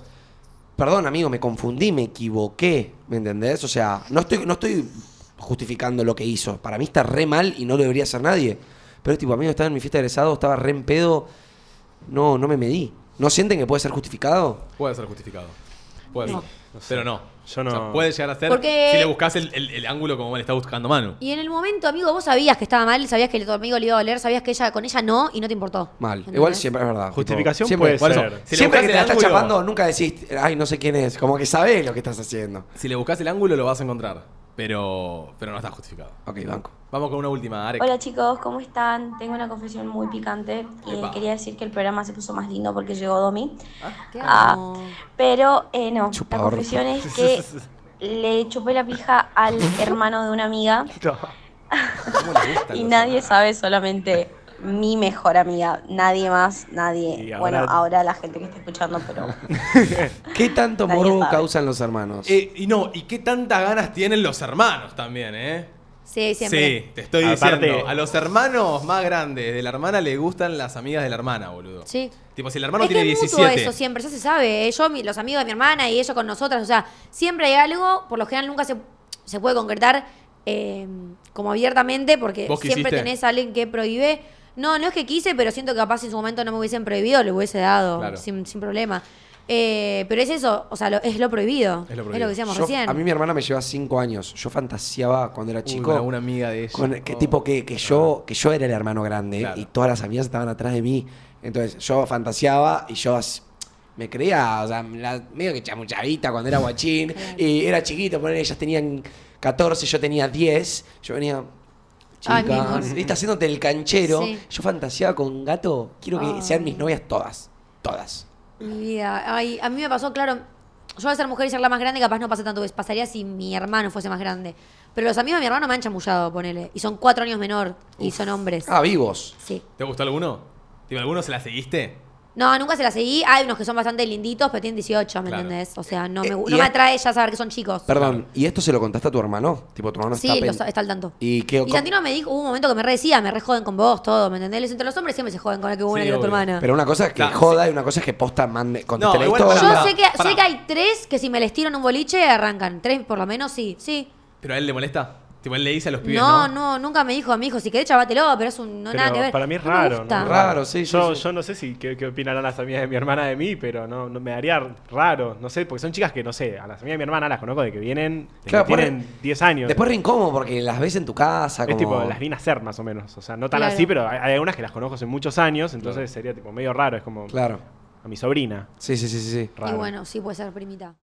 perdón amigo, me confundí, me equivoqué, ¿me entendés? O sea, no estoy, no estoy justificando lo que hizo. Para mí está re mal y no lo debería hacer nadie. Pero es tipo, amigo, estaba en mi fiesta de egresado, estaba re en pedo. No, no me medí. ¿No sienten que puede ser justificado?
Puede ser justificado. Puede
No.
ser. Pero no.
Yo no-
O sea, puede llegar a ser
Porque-
si le buscas el, el- el ángulo como le está buscando Manu.
Y en el momento, amigo, vos sabías que estaba mal, sabías que el tu amigo le iba a doler, sabías que ella con ella no y no te importó.
Mal.
¿Entendés?
Igual siempre es verdad. tipo,
Justificación
siempre-
puede
Por eso,
ser.
si le
Siempre
buscas
que te
el
la estás
ángulo-
chapando, nunca decís, ay, no sé quién es. Como que sabés lo que estás haciendo.
Si le buscas el ángulo lo vas a encontrar. Pero. Pero no está justificado.
Ok, banco.
Vamos con una última, Arek.
Hola chicos, ¿cómo están? Tengo una confesión muy picante. Eh,
Epa.
quería decir que el programa se puso más lindo porque llegó Domi.
Te
Ah.
amo.
Pero eh, no,
Chupa
la
orto.
[LAUGHS]
confesión es que le chupé la pija al hermano de una amiga
¿Cómo le gustan
[LAUGHS] y
los
nadie
hermanos?
sabe, solamente mi mejor amiga. Nadie más,
Y
nadie.
ahora-
Bueno, ahora la gente que está escuchando, pero
¿Qué tanto
Nadie
morbo
sabe.
causan los hermanos?
Eh, y no, y qué tantas ganas tienen los hermanos también, ¿eh?
Sí, siempre.
Sí, te estoy
Aparte-
diciendo. A los hermanos más grandes de la hermana le gustan las amigas de la hermana, boludo.
Sí.
Tipo, si el hermano
es
tiene
que es
17.
mutuo eso siempre, ya se sabe. eh. Yo, mi- los amigos de mi hermana y ellos con nosotras, o sea, siempre hay algo, por lo general nunca se, se puede concretar eh, como abiertamente, porque
¿Vos
siempre
quisiste?
tenés a alguien que prohíbe. No, no es que quise, pero siento que capaz en su momento no me hubiesen prohibido, le hubiese dado
Claro.
sin, sin problema. Eh, pero es eso, o sea, lo- es lo prohibido. Es lo, que decíamos
Yo-
recién.
a mí mi hermana me lleva cinco años. Yo fantaseaba cuando era chico.
con alguna amiga de ella.
con- que
Oh.
tipo que, que yo, que yo era el hermano grande
Claro.
y todas las amigas estaban atrás de mí. Entonces yo fantaseaba y yo as- me creía, o sea, la- medio que chamuchadita cuando era
[LAUGHS]
guachín. y era chiquito, poner ellas tenían 14, yo tenía 10. Yo venía.
Ay, mi
Chicas,
amor.
está haciéndote el canchero.
Sí.
Yo fantaseaba con gato. Quiero que
Ay.
sean mis novias todas. Todas.
Mi vida. Ay, a mí me pasó, claro, yo al ser mujer y ser la más grande, capaz no pasa tanto. pues, Pasaría si mi hermano fuese más grande. Pero los amigos de mi hermano me han chamullado, ponele. Y son cuatro años menor. Y son hombres.
Ah, vivos.
Sí.
¿Te gustó alguno? ¿Tipo, ¿Alguno se la seguiste?
No, nunca se la seguí. Hay unos que son bastante linditos, pero tienen 18, ¿me
Claro.
entendés? O sea, no me,
Eh,
gu-
y
no me
es-
atrae ya saber que son chicos.
Perdón, ¿y esto se lo contaste a tu hermano? Tipo, tu hermano
Sí,
está,
lo
pen-
sa- está al tanto.
¿Y qué
Y Santino me dijo, hubo un momento que me re decía, me re joden con vos, todo, ¿me entendés? Entre los hombres siempre se joden con la que buena
Sí,
que era tu
obvio.
hermana.
Pero una cosa es que
Claro,
joda y una cosa es que posta mande conteste
No,
la
igual
historia.
Yo
Pará,
sé que,
pará.
sé que hay tres que si me les tiro en un boliche arrancan. Tres por lo menos, sí, sí.
¿Pero a él le molesta? Tipo, él le dice a los pibes,
No,
¿no?
no, nunca me dijo a mi hijo, si querés chabatelo, pero es un no
Pero
nada que ver.
Para mí es
No me
raro,
gusta.
¿no?
Raro, sí, sí,
Yo,
sí.
yo no sé si qué, qué opinarán las amigas de mi hermana de mí, pero no, no me daría raro. No sé, porque son chicas que, no sé, a las amigas de mi hermana las conozco de que vienen, de
Claro,
que
por-
tienen 10 años.
Después re incómodo porque las ves en tu casa.
es
Como...
tipo, las vine a hacer más o menos. O sea, no tan
Claro.
así, pero hay, hay algunas que las conozco hace muchos años, entonces sería tipo medio raro. Es como
Claro.
a mi sobrina.
Sí, sí, sí, sí. sí.
Y
Raro.
bueno, sí puede ser primita.